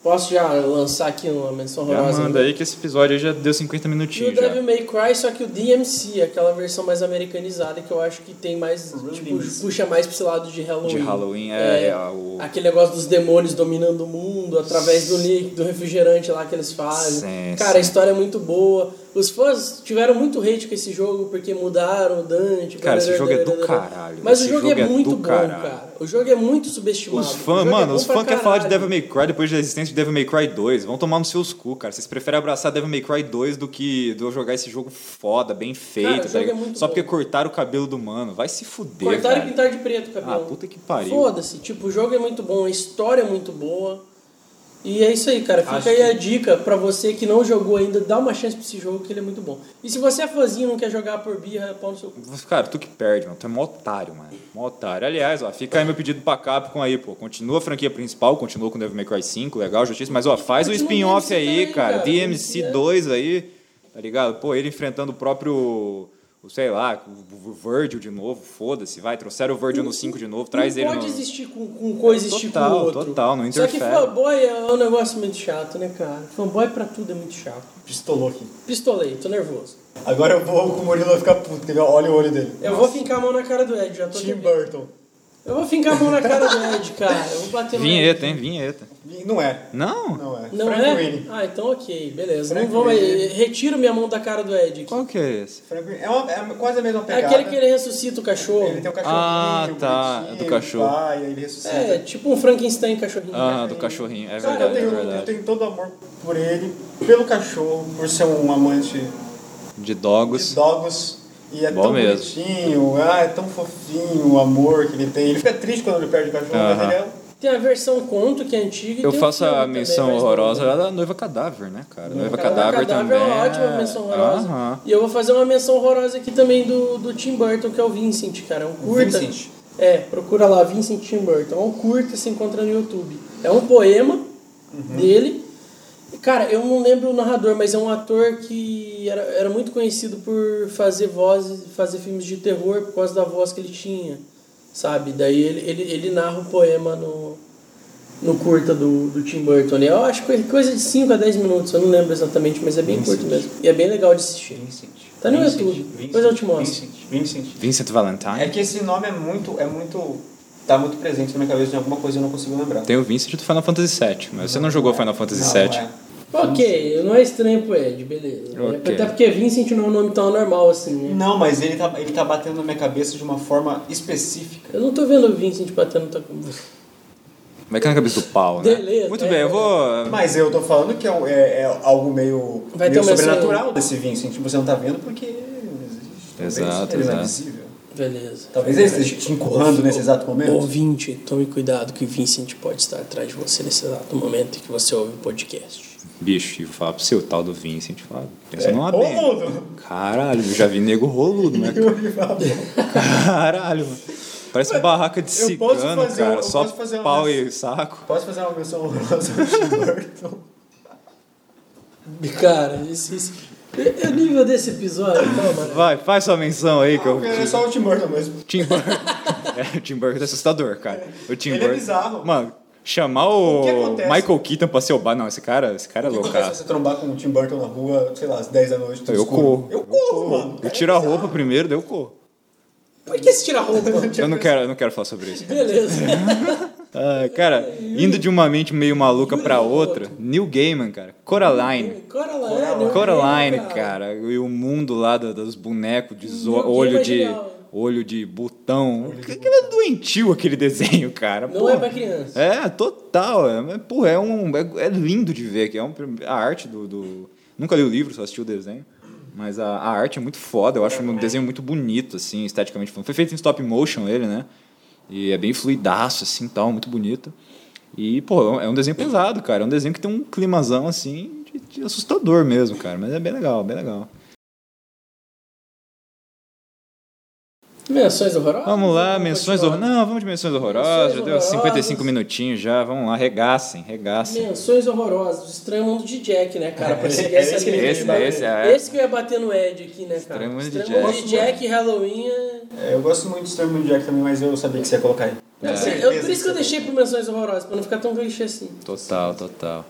S3: Posso já lançar aqui uma menção
S2: Já
S3: horrorosa?
S2: manda aí que esse episódio aí já deu 50
S3: E o
S2: minutinhos. já.
S3: Devil May Cry, só que o DMC, aquela versão mais americanizada que eu acho que tem mais. Tipo, puxa mais pra esse lado de Halloween.
S2: De Halloween, é, é, o-
S3: Aquele negócio dos demônios dominando o mundo através do líquido refrigerante lá que eles fazem.
S2: Sim,
S3: Cara,
S2: sim.
S3: a história é muito boa. Os fãs tiveram muito hate com esse jogo porque mudaram o Dante.
S2: Cara, esse jogo é do
S3: blá, blá, blá, blá.
S2: caralho.
S3: Mas
S2: Esse
S3: o jogo,
S2: jogo
S3: é,
S2: é do
S3: muito bom,
S2: caralho.
S3: cara. O jogo é muito subestimado.
S2: Os
S3: O
S2: fãs,
S3: jogo é
S2: mano,
S3: bom
S2: os
S3: pra
S2: fãs querem falar de
S3: caralho.
S2: Devil May Cry depois da existência de Devil May Cry 2. Vão tomar nos seus cu, cara. Vocês preferem abraçar Devil May Cry 2 do que do eu jogar esse jogo foda, bem feito.
S3: Cara, o
S2: tá
S3: jogo é
S2: ligado?
S3: muito
S2: Só
S3: bom.
S2: porque cortaram o cabelo do mano. Vai se fuder,
S3: Cortaram e
S2: velho.
S3: pintaram de preto o cabelo.
S2: Ah, puta que pariu.
S3: Foda-se. Tipo, o jogo é muito bom, a história é muito boa. E é isso aí, cara. Fica
S4: Acho
S3: aí
S4: que-
S3: a dica pra você que não jogou ainda, dá uma chance pra esse jogo que ele é muito bom. E se você é fãzinho e não quer jogar por birra, pau no seu cu.
S2: Cara, tu que perde, mano. Tu é mó otário, mano. Mó otário. Aliás, ó, fica aí meu pedido pra Capcom aí, pô. Continua a franquia principal, continua com Devil May Cry 5, legal, justiça. Mas, ó, faz o
S3: Continua
S2: spin-off
S3: DMC
S2: aí,
S3: também,
S2: cara.
S3: cara. é.
S2: DMC 2 aí, tá ligado? Pô, ele enfrentando o próprio, o, sei lá, o o Virgil de novo, foda-se, vai. Trouxeram o Virgil no 5 de novo, traz
S3: não
S2: ele
S3: pode
S2: no...
S3: existir com, com coexistir
S2: Total,
S3: com o outro.
S2: total, não
S3: Só que
S2: interfere.
S3: fanboy é um negócio muito chato, né, cara? Fanboy pra tudo é muito chato.
S4: Pistolou aqui.
S3: Pistolei, tô nervoso.
S4: Agora eu vou com o Murilo vai ficar puto, quer ver? Olha o olho dele.
S3: Eu vou fincar a mão na cara do Ed, já tô
S4: Tim
S3: tremendo.
S4: Burton.
S3: Eu vou fincar a mão na cara do Ed, cara. Eu vou bater no
S2: Vinheta,
S3: Ed.
S2: hein? Vinheta.
S4: Não é.
S2: Não?
S4: Não é.
S3: Não
S4: Frank
S3: é?
S4: Winnie.
S3: Ah, então ok, beleza.
S4: Frank
S3: não vou mais.
S4: Winnie.
S3: Retiro minha mão da cara do Ed. aqui.
S2: Qual que é esse?
S4: Frank Winnie. É, uma- é quase a mesma
S3: É
S4: pegada.
S3: aquele que ele ressuscita o cachorro.
S4: Ele tem um o cachorrinho,
S2: Ah,
S4: o
S2: tá,
S4: bonitinho,
S2: é do
S4: ele
S2: cachorro.
S4: Vai, aí ele ressuscita.
S3: É, tipo um Frankenstein cachorrinho.
S2: Ah, do cachorrinho. É
S4: Cara,
S2: verdade,
S4: eu
S2: é
S4: tenho, eu
S2: verdade.
S4: tenho todo amor por ele, pelo cachorro, por ser um amante
S2: De
S4: de
S2: Dogos.
S4: dogos. E é
S2: Bom
S4: tão
S2: mesmo.
S4: bonitinho, ah, é tão fofinho o amor que ele tem. Ele fica triste quando ele perde o cachorro, mas
S2: Aham.
S4: ele é
S3: Tem a versão conto que é antiga. e
S2: Eu
S4: um
S3: tem o
S2: faço
S3: filme
S2: a
S3: também,
S2: menção
S3: versão
S2: horrorosa
S3: conto.
S2: da noiva cadáver, né, cara? Noiva
S3: Cara,
S2: cadáver, também.
S3: é uma ótima menção horrorosa.
S2: Aham.
S3: E eu vou fazer uma menção horrorosa aqui também do, do Tim Burton, que é o Vincent, cara. É um curta.
S4: Vincent.
S3: É, procura lá, Vincent Tim Burton. É um curta que se encontra no YouTube. É um poema
S4: Uhum.
S3: dele. E, Cara, eu não lembro o narrador, mas é um ator que era, era muito conhecido por fazer vozes, fazer filmes de terror por causa da voz que ele tinha, sabe? Daí ele, ele, ele narra o poema no, no curta do, do Tim Burton. ali. Eu acho que é coisa de 5 a 10 minutos, eu não lembro exatamente, mas é bem curto mesmo. E é bem legal de assistir.
S4: Vincent.
S3: Tá no
S4: Vincent,
S3: YouTube. Depois eu te mostro.
S4: Vincent, um Vincent.
S2: Vincent
S4: É
S2: Valentine.
S4: que esse nome é muito, é muito, tá muito presente na minha cabeça de alguma coisa e eu não consigo lembrar.
S2: Tem o Vincent do Final Fantasy VII, mas você não jogou Final Fantasy VII.
S4: Não, é.
S3: Ok, não é estranho pro Ed, beleza.
S2: Ok.
S3: Até porque Vincent não é um nome tão normal assim, né?
S4: Não, mas ele tá, ele tá batendo na minha cabeça de uma forma específica.
S3: Eu não tô vendo o Vincent batendo tua...
S2: Vai cair na cabeça do pau, né?
S3: Beleza,
S2: Muito
S3: é.
S2: bem, eu vou.
S4: Mas eu tô falando que é, um- é- é algo meio,
S3: Vai
S4: meio
S3: ter um uma
S4: sobrenatural desse Vincent. Você não tá vendo porque não existe. Talvez
S2: Exato,
S4: ele não é
S2: exato.
S4: visível.
S3: Beleza.
S4: Talvez ele esteja te empurrando nesse exato momento.
S3: Ouvinte, tome cuidado que o Vincent pode estar atrás de você nesse exato momento em que você ouve o podcast.
S2: Bicho, e falar pro seu tal do Vincent, fala, pensa
S4: É.
S2: numa
S4: Ô,
S2: benga.
S4: mundo!
S2: Caralho, eu já vi nego roludo, né? Caralho, mano. Parece barraca de
S4: eu posso
S2: cigano,
S4: fazer um-
S2: cara.
S4: eu
S2: Só
S4: posso fazer uma
S2: pau
S4: menção.
S2: e saco.
S4: Posso fazer uma menção honrosa ao Tim Burton?
S3: Cara, esse, esse... é- é o nível desse episódio, calma, né?
S2: Vai, faz sua menção aí que eu.
S4: É só o Tim Burton mesmo.
S2: Tim Burton. é, o Tim Burton é assustador, cara. O Tim
S4: Ele é
S2: Burton.
S4: bizarro.
S2: Mano, chamar o,
S4: O que acontece?
S2: Michael Keaton pra ser o bar. Não, esse cara, esse cara é
S4: O que
S2: louco.
S4: acontece
S2: cara.
S4: se você trombar com o Tim Burton na rua, sei lá, às 10 da noite? tudo
S2: Eu
S4: escuro?
S2: corro.
S4: Eu corro, mano.
S2: Eu tiro a roupa primeiro, daí eu corro.
S3: Por que se tira a roupa?
S2: Eu não quero, eu não quero falar sobre isso.
S3: Beleza.
S2: Ah, cara, indo de uma mente meio maluca pra outra, Neil Gaiman, cara. Coraline.
S3: Coraline. né?
S2: Coraline, cara. E o mundo lá do- dos bonecos de zo-
S3: Neil Gaiman
S2: olho
S3: é
S2: de.
S3: genial.
S2: Olho de botão. Que que era doentio aquele desenho, cara.
S3: Não
S2: Porra.
S3: é pra criança.
S2: É, total. É, mas, porra, é, um, é, é lindo de ver aqui. É um, a arte do, do- Nunca li o livro, só assisti o desenho. Mas a, a arte é muito foda. Eu acho um desenho muito bonito, assim, esteticamente falando. Foi feito em stop motion ele, né? E é bem fluidaço, assim, tal, muito bonito. E, pô, é um desenho pesado, cara. É um desenho que tem um climazão, assim, de, de assustador mesmo, cara. Mas é bem legal, bem legal.
S3: Menções horrorosas?
S2: Vamos lá, menções
S3: continuar.
S2: horrorosas. Não, vamos de menções horrorosas. Já deu
S3: horrorosas.
S2: 55 minutinhos já. Vamos lá, regacem, regacem.
S3: Menções horrorosas. O estranho mundo de Jack, né, cara? Pra seguir essa
S4: esse que-
S3: linha.
S2: Esse, esse,
S3: Esse,
S2: é.
S3: que eu ia bater no Ed aqui, né, cara?
S2: Estranho Mundo de
S3: Estranho Mundo
S2: Jack.
S3: de Jack e Halloween é...
S4: É, eu gosto muito do Storm Jack também, mas eu sabia que você ia colocar aí.
S3: Não, assim, eu, por isso que eu deixei por menções horrorosas, pra não ficar tão clichê assim.
S2: Total, total.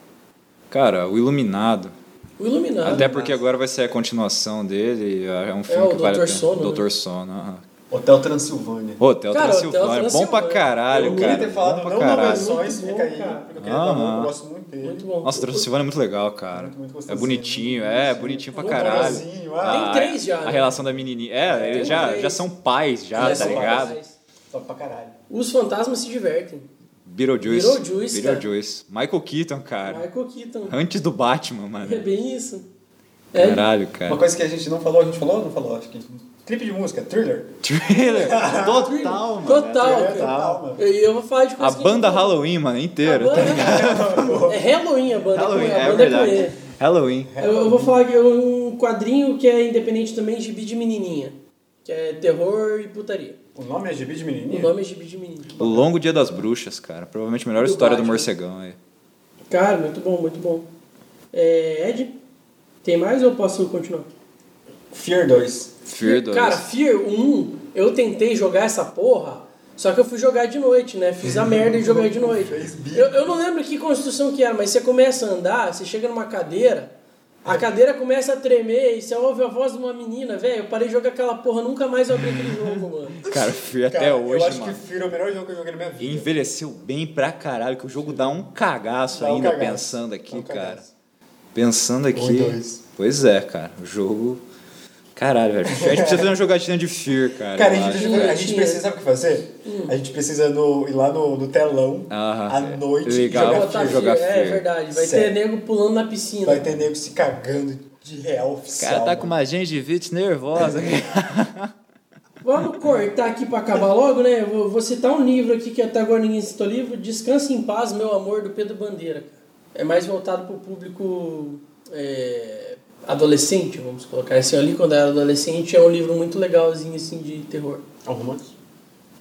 S2: Cara, o Iluminado.
S3: O Iluminado.
S2: Até porque agora vai ser a continuação dele. É um filme
S3: o
S2: que vale a pena.
S3: Dr. Sono, né?
S2: Doutor Sono. aham.
S4: Hotel Transilvânia.
S2: Hotel
S3: Cara, Hotel
S2: Transilvânia. Bom pra
S3: Transilvânia.
S2: caralho,
S4: eu queria
S2: cara.
S4: ter
S2: Bom
S4: falado
S2: pra
S4: não novas
S2: caralho.
S4: versões,
S3: Muito
S4: fica
S3: bom,
S4: aí,
S3: cara.
S4: porque eu queria falar,
S2: Aham.
S4: eu gosto muito dele.
S3: Muito bom.
S2: Nossa, o Transilvânia é muito legal, cara.
S4: Muito, muito
S2: é
S4: gostosinho,
S2: bonitinho,
S4: muito
S2: é,
S4: bonitinho.
S2: bonitinho pra
S4: Muito
S2: caralho.
S4: amorzinho, ah,
S2: A-
S3: um tem três já,
S2: A
S3: né? um
S2: relação da menininha. É, eles já,
S3: três.
S2: já são pais, já,
S3: Já
S2: tá
S3: são
S2: ligado?
S3: pais. é.
S4: Top pra caralho.
S3: Os fantasmas se divertem.
S2: Beetlejuice.
S3: Beetlejuice, cara.
S2: Beetlejuice. Michael Keaton, cara.
S3: Michael Keaton.
S2: Antes do Batman,
S3: É
S2: mano.
S3: bem isso. É,
S2: Caralho,
S4: Uma
S2: cara.
S4: coisa que a gente não falou, a gente falou ou não falou? Acho que a gente Clipe de música, thriller.
S2: Thriller! Total, mano.
S3: Total,
S4: é
S3: cara.
S4: total, mano.
S3: E eu, vou falar de
S2: A
S3: coisa que-
S2: banda Halloween, mano,
S3: A
S2: inteira.
S3: banda- É Halloween a banda.
S2: Halloween,
S3: a
S2: é
S3: banda
S2: verdade.
S3: com E.
S2: Halloween.
S3: Eu, eu vou falar que é um quadrinho que é independente também, gibi de menininha. Que é terror e putaria.
S4: O nome é Gibi de
S3: O
S4: Menininha?
S3: nome é gibi de menininha.
S2: O Longo Dia das Bruxas, cara. Provavelmente a melhor
S3: Do
S2: história do
S3: Batman.
S2: morcegão é. aí.
S3: Cara, muito bom, muito bom. É, Ed, tem mais ou eu posso continuar?
S4: Fear 2.
S2: Fear 2.
S3: Cara, Fear 1, eu tentei jogar essa porra, só que eu fui jogar de noite, né? Fiz a merda de jogar de noite. Eu, eu não lembro que construção que era, mas você começa a andar, você chega numa cadeira, a cadeira começa a tremer e você ouve a voz de uma menina, velho. Eu parei de jogar aquela porra, nunca mais eu abri aquele jogo, mano.
S2: Cara, Fear
S4: Cara,
S2: até hoje,
S4: eu acho
S2: mano.
S4: que Fear é o melhor jogo que eu joguei na minha vida.
S2: Envelheceu bem pra caralho, que o jogo dá um cagaço
S4: Dá um
S2: ainda,
S4: cagaço.
S2: pensando aqui,
S4: Dá um
S2: cara.
S4: cagaço.
S2: Pensando
S4: Um e
S2: aqui.
S4: dois.
S2: Pois é, cara. O jogo. Caralho, velho. A gente precisa fazer uma jogatina de Fear, cara.
S4: Cara, a
S2: eu
S4: gente,
S2: acho,
S4: precisa-
S2: velho.
S4: a gente precisa, sabe o que fazer?
S3: Hum.
S4: A gente precisa no- ir lá no, no telão,
S2: Aham.
S4: à noite,
S2: Legal.
S4: e jogar
S2: Botar
S4: Fear.
S2: jogar
S3: é,
S2: Fear.
S3: verdade. Vai
S4: Sério.
S3: ter nego pulando na piscina.
S4: Vai ter nego se cagando de real
S2: O
S4: oficial.
S2: cara tá
S4: mano.
S2: com uma gengivite nervosa.
S3: Vamos cortar aqui pra acabar logo, né? Eu Vou, vou citar um livro aqui que até agora ninguém citou o livro, Descanse em Paz, Meu Amor, do Pedro Bandeira. cara. É mais voltado pro público é, adolescente, vamos colocar assim. Ali quando eu era adolescente é um livro muito legalzinho assim de terror.
S4: É um romance?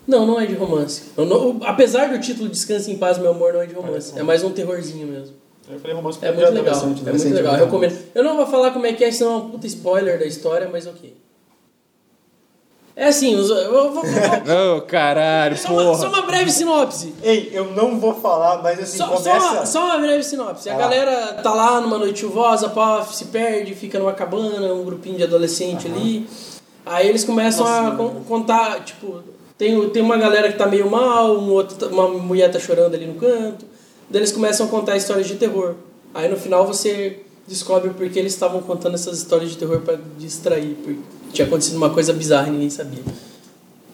S3: Não, não é de romance. Eu não- o- apesar do título Descanse em Paz, Meu Amor, não é de romance. É mais um terrorzinho mesmo.
S4: Eu falei romance
S3: É muito legal. É muito legal, eu recomendo. Eu não vou falar como é que é, senão é um puta spoiler da história, mas ok. É assim, os- eu vou- vou- vou-
S2: Ô, caralho,
S3: Só uma, só
S2: porra.
S3: uma breve sinopse.
S4: Ei, eu não vou falar, mas assim,
S3: Só, só
S4: começa...
S3: uma, só uma breve sinopse. A
S4: Vai lá.
S3: galera tá lá numa noite chuvosa, pá, se perde, fica numa cabana, um grupinho de adolescente ali. Aí eles começam a con- contar, tipo, tem, o- tem uma galera que tá meio mal, um outro, tá- uma mulher tá chorando ali no canto. Daí eles começam a contar histórias de terror. Aí no final você descobre por que eles estavam contando essas histórias de terror pra distrair, porque tinha acontecido uma coisa bizarra e ninguém sabia.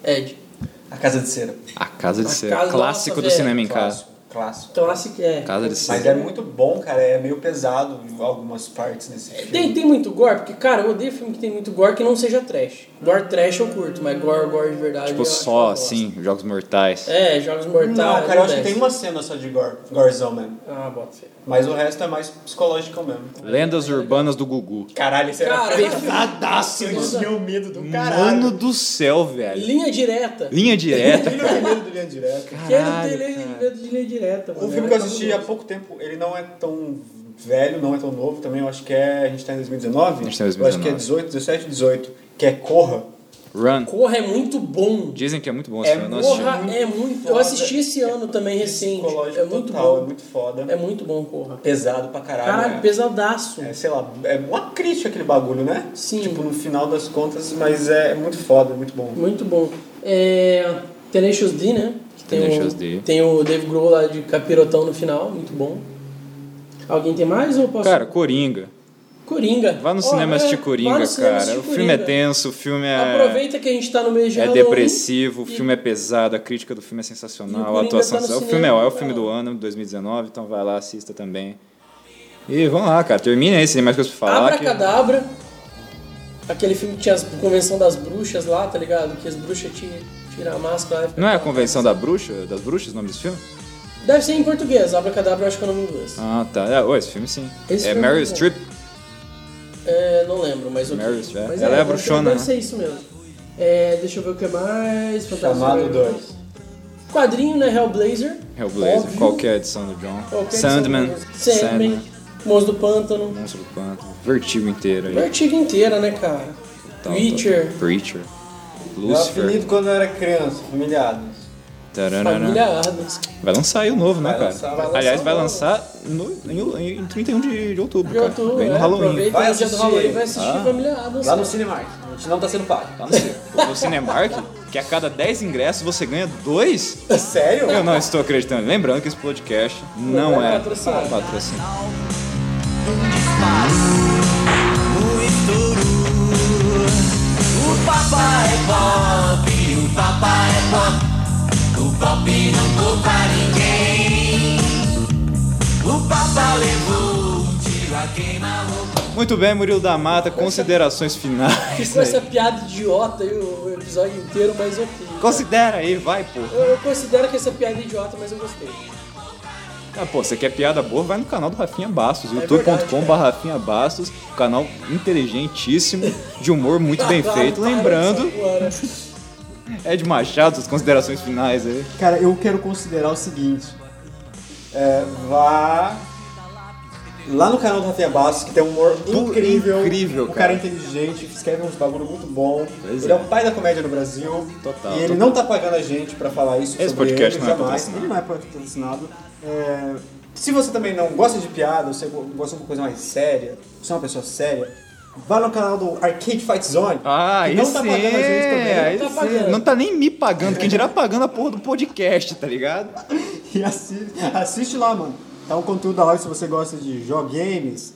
S3: Ed,
S4: A Casa de Cera.
S2: A Casa de
S3: A
S2: Cera.
S3: Casa-
S2: Clássico do
S3: nossa, velho,
S2: cinema em casa.
S4: Clássico.
S3: clássico é.
S2: Casa de
S4: Mas
S2: Cera.
S4: Então, é muito bom, cara. É meio pesado em algumas partes nesse filme.
S3: É, Tem, tem muito gore, porque, cara, eu odeio filme que tem muito gore que não seja trash.
S4: Hum.
S3: Gore trash eu curto, mas gore, gore de verdade.
S2: Tipo,
S3: eu acho
S2: só,
S3: que eu gosto.
S2: assim, Jogos Mortais.
S3: É, Jogos Mortais.
S4: Não, cara, eu acho que
S3: desce.
S4: tem uma cena só de gore, gorezão mesmo.
S3: Ah, bota fé.
S4: Mas o resto é mais psicológico mesmo.
S2: Lendas Urbanas do Gugu.
S4: Caralho, esse era
S3: Cara,
S4: pesadaço. Eu
S3: mano.
S4: tinha o medo do
S2: Mano
S4: caralho.
S2: do céu, velho.
S3: Linha direta.
S2: Linha direta.
S4: Ele não tem medo do Linha Direta.
S3: Quero
S2: Caralho,
S3: ter linha,
S2: cara.
S3: medo de linha direta. É
S4: Um filme que eu assisti há pouco tempo, ele não é tão velho, não é tão novo também. Eu acho que é... A gente tá em 2019?
S2: A gente tá em
S4: Eu acho que é
S2: 2019.
S4: 18, 17, 18. Que é Corra.
S2: Run.
S3: Corra é muito bom.
S2: Dizem que é muito bom
S4: É
S2: esse filme. eu não assisti.
S3: Corra é muito. Eu
S4: foda.
S3: assisti esse ano também, recente.
S4: Psicológico
S3: É muito
S4: total, é
S3: bom.
S4: muito foda.
S3: É muito bom, Corra.
S4: pesado pra caralho.
S3: Caralho,
S4: né?
S3: pesadaço.
S4: É, sei lá, é uma crítica aquele bagulho, né?
S3: Sim.
S4: Tipo, no final das contas, mas é muito foda, muito bom.
S3: Muito bom. É, Tenacious D, né? Que tem
S2: Tenacious
S3: o,
S2: D.
S3: Tem o Dave Grohl lá de capirotão no final, muito bom. Alguém tem mais ou eu posso...
S2: Cara, Coringa.
S3: Coringa.
S2: Vá no
S3: Ó,
S2: cinema
S3: é,
S2: assistir
S3: vá
S2: Coringa,
S3: no cinema
S2: cara.
S3: assistir
S2: O filme é
S3: Coringa.
S2: tenso, o filme é.
S3: Aproveita que a gente tá no mês de
S2: É
S3: Halloween
S2: depressivo, o
S3: e-
S2: filme é pesado, a crítica do filme é
S3: E o
S2: sensacional, a
S3: Coringa
S2: atuação.
S3: tá no
S2: o filme é,
S3: cinema,
S2: é o filme
S3: cara.
S2: do ano, 2019, então vai lá, assista também. E vamos lá, cara. Termina aí, se tem mais coisa pra falar.
S3: Abra
S2: que-
S3: Cadabra. Aquele filme que tinha a convenção das bruxas lá, tá ligado? Que as bruxas tiram a máscara.
S2: Não é a convenção da bruxa, das bruxas o nome desse filme?
S3: Deve ser em português. Abra Cadabra eu acho que é o nome em inglês.
S2: Ah, tá. É, oh, esse filme sim.
S3: Esse
S2: é
S3: filme é
S2: Meryl
S3: muito bom.
S2: Streep.
S3: É, não lembro, mas o
S2: Meryl Streep,
S3: Mas
S2: ela é a
S3: deve-
S2: bruxona,
S3: Deve
S2: né?
S3: ser isso mesmo. É, deixa eu ver o que mais. Fantasma
S4: Chamado
S3: Vermelho.
S4: 2.
S3: Quadrinho, né? Hellblazer.
S2: Hellblazer,
S3: Óbvio.
S2: qualquer edição do John.
S3: Qualquer edição
S2: Sandman,
S3: do- Sandman. Monstro do Pântano.
S2: Monstro do Pântano, Vertigo inteiro aí.
S3: Vertigo inteira, né, cara?
S2: tal, tal.
S3: Preacher.
S2: Preacher.
S4: Meu
S2: Lucifer.
S4: apelido quando eu era criança, humilhado.
S2: Tararara.
S3: Família Adams.
S2: Vai lançar aí o novo, né,
S4: Vai
S2: cara?
S4: lançar, vai lançar
S2: Aliás, vai
S4: o novo.
S2: lançar no, em, em 31 de, de outubro,
S3: De
S2: cara.
S3: outubro,
S2: Vem no
S3: é,
S2: Halloween. Ah.
S3: aproveita
S4: Vai
S3: no dia do
S4: assistir.
S3: Halloween e vai assistir Família Adams.
S4: Lá no Cinemark. A gente não tá sendo pago.
S2: Lá no, no Cinemark, que a cada 10 ingressos você ganha 2?
S4: Sério?
S2: Eu não estou acreditando. Lembrando que esse podcast não,
S3: é
S2: é
S3: patrocinado.
S2: patrocinado.
S5: Um disparo, um estouro. O papai é pop, o papai é pop. O pop não poupa ninguém. O papai levou um tiro a queima-roupa.
S2: Muito bem, Murilo da Mata, considerações finais.
S3: Ficou essa
S2: aí.
S3: piada idiota aí o o episódio inteiro, mas ok.
S2: Considera aí, vai, pô.
S3: Eu, eu considero que essa piada é idiota, mas eu gostei.
S2: Ah, pô, você quer piada boa? Vai no canal do Rafinha Bastos,
S4: É
S3: verdade,
S2: youtube.com.br Rafinha Bastos, canal inteligentíssimo, de humor muito bem
S3: Agora,
S2: feito.
S3: para
S2: Lembrando,
S3: essa hora.
S2: Ed Machado, suas considerações finais aí.
S4: Cara, eu quero considerar o seguinte. É, vá lá no canal do Rafinha Bastos, que tem um humor incrível.
S2: incrível,
S4: um
S2: cara.
S4: cara. inteligente, escreve uns bagulho muito bom.
S2: Pois
S4: ele
S2: é.
S4: é. um pai da comédia no Brasil.
S2: Total,
S4: E ele
S2: total.
S4: não tá pagando a gente pra falar isso
S2: Esse
S4: sobre
S2: podcast
S4: ele,
S2: não é
S4: jamais.
S2: patrocinado.
S4: ele não é patrocinado. É, se você também não gosta de piada, ou você gosta de uma coisa mais séria, você é uma pessoa séria, vá no canal do Arcade Fight Zone,
S2: Ah,
S4: que
S2: aí
S4: não
S2: sim,
S4: tá pagando a gente também.
S2: aí
S3: tá
S2: sim.
S3: pagando.
S2: Não tá nem me pagando, quem dirá pagando a porra do podcast, tá ligado?
S4: E assi- assiste, lá, mano. Tá um conteúdo da hora se você gosta de jogames.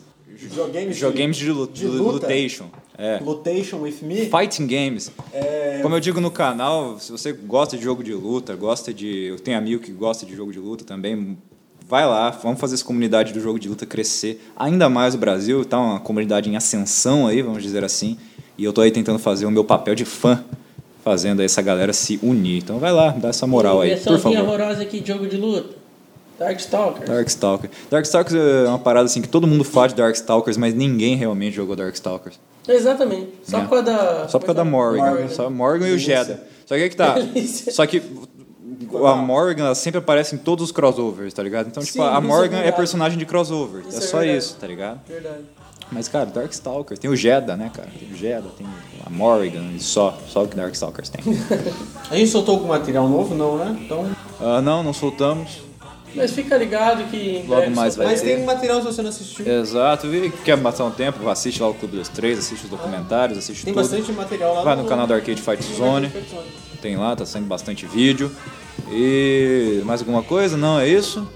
S4: Jogames,
S2: Jogames de, lu-
S4: de
S2: lu-
S4: luta.
S2: lutation. É.
S4: Lutation with me.
S2: Fighting Games. Como eu digo no canal, se você gosta de jogo de luta, gosta de. Eu tenho amigo que gosta de jogo de luta também. Vai lá, vamos fazer essa comunidade do jogo de luta crescer ainda mais o Brasil. Tá uma comunidade em ascensão aí, vamos dizer assim. E eu tô aí tentando fazer o meu papel de fã, fazendo essa galera se unir. Então vai lá, dá essa moral aí, por
S6: Versãozinha
S2: favor.
S6: horrorosa aqui de jogo de luta.
S3: Darkstalker.
S2: Darkstalker. Darkstalkers é uma parada assim que todo mundo fala de Darkstalkers, mas ninguém realmente jogou Darkstalkers.
S3: Exatamente. Só
S2: É.
S3: por causa da.
S2: Só por causa da Morgan.
S4: Morgan.
S2: Só Morgan e o Jedi. Só que aí que tá.
S3: Delícia.
S2: Só que a Morgan ela sempre aparece em todos os crossovers, tá ligado? Então, tipo,
S3: Sim,
S2: a
S3: isso é
S2: Morgan é,
S3: verdade.
S2: personagem de crossover.
S3: Isso
S2: é
S3: é
S2: só
S3: verdade.
S2: isso, tá ligado?
S3: Verdade.
S2: Mas, cara, Darkstalkers. Tem o Jedi, né, cara? Tem o Jedi, tem a Morgan e só. Só o que Darkstalkers tem.
S4: A gente soltou algum material novo, não, né? Então.
S2: Ah, não, não soltamos.
S3: Mas fica ligado que. em
S2: Logo
S3: breve
S2: mais
S3: só-
S2: Vai
S4: Mas
S2: ter.
S4: tem um material se você não assistiu.
S2: Exato. E quer matar um tempo? Assiste lá o Clube dos Três, assiste os documentários, assiste
S4: Tem
S2: tudo.
S4: bastante material lá
S2: Vai no canal do Arcade Fight Zone. Tem lá, tá saindo bastante vídeo. E mais alguma coisa? Não, é isso?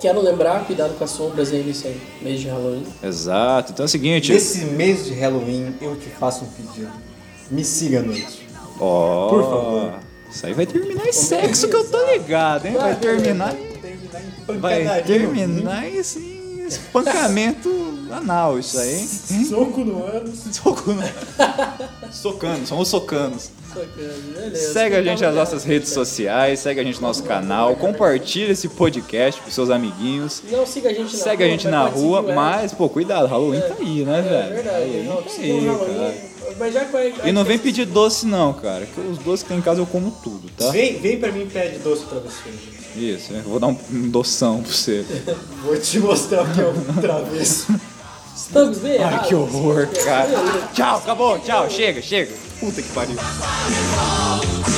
S3: Quero lembrar, cuidado com as sombras aí nesse mês de Halloween.
S2: Exato. Então é o seguinte.
S4: Nesse mês de Halloween, eu te faço um pedido. Me siga à noite.
S2: Ó.
S4: Por favor.
S2: Isso aí vai terminar em sexo que eu tô ligado, hein? Vai terminar.
S4: terminar em
S2: Vai
S4: pancadaria,
S2: terminar em espancamento anal, isso aí.
S4: Soco no ânus.
S2: Socando. Socando, somos socanos.
S3: Beleza. então é.
S2: Segue a
S3: Fica
S2: gente nas
S3: ligado.
S2: nossas redes sociais, segue a gente no nosso canal, compartilha esse podcast pros seus amiguinhos.
S3: Não siga a gente na
S2: Segue
S3: rua.
S2: a gente na
S3: mas pode
S2: rua,
S3: seguir o
S2: mas, pô, cuidado, Halloween tá aí, né,
S3: Ed. né? É
S2: velho?
S3: verdade.
S2: Aí,
S3: não,
S2: tá
S3: siga o
S2: aí, cara.
S3: Halloween. Mas já com a-
S2: E não vem pedir doce não, cara, que os doces que tem em casa eu como tudo, tá?
S4: Vem, vem pra mim e pede doce pra você.
S2: Isso, eu vou dar um, um doção pra você.
S4: Vou te mostrar o que é um travesso.
S3: Estamos bem errados.
S2: Que horror, cara. Tchau, acabou, tchau, chega, chega. Puta que pariu.
S5: Thank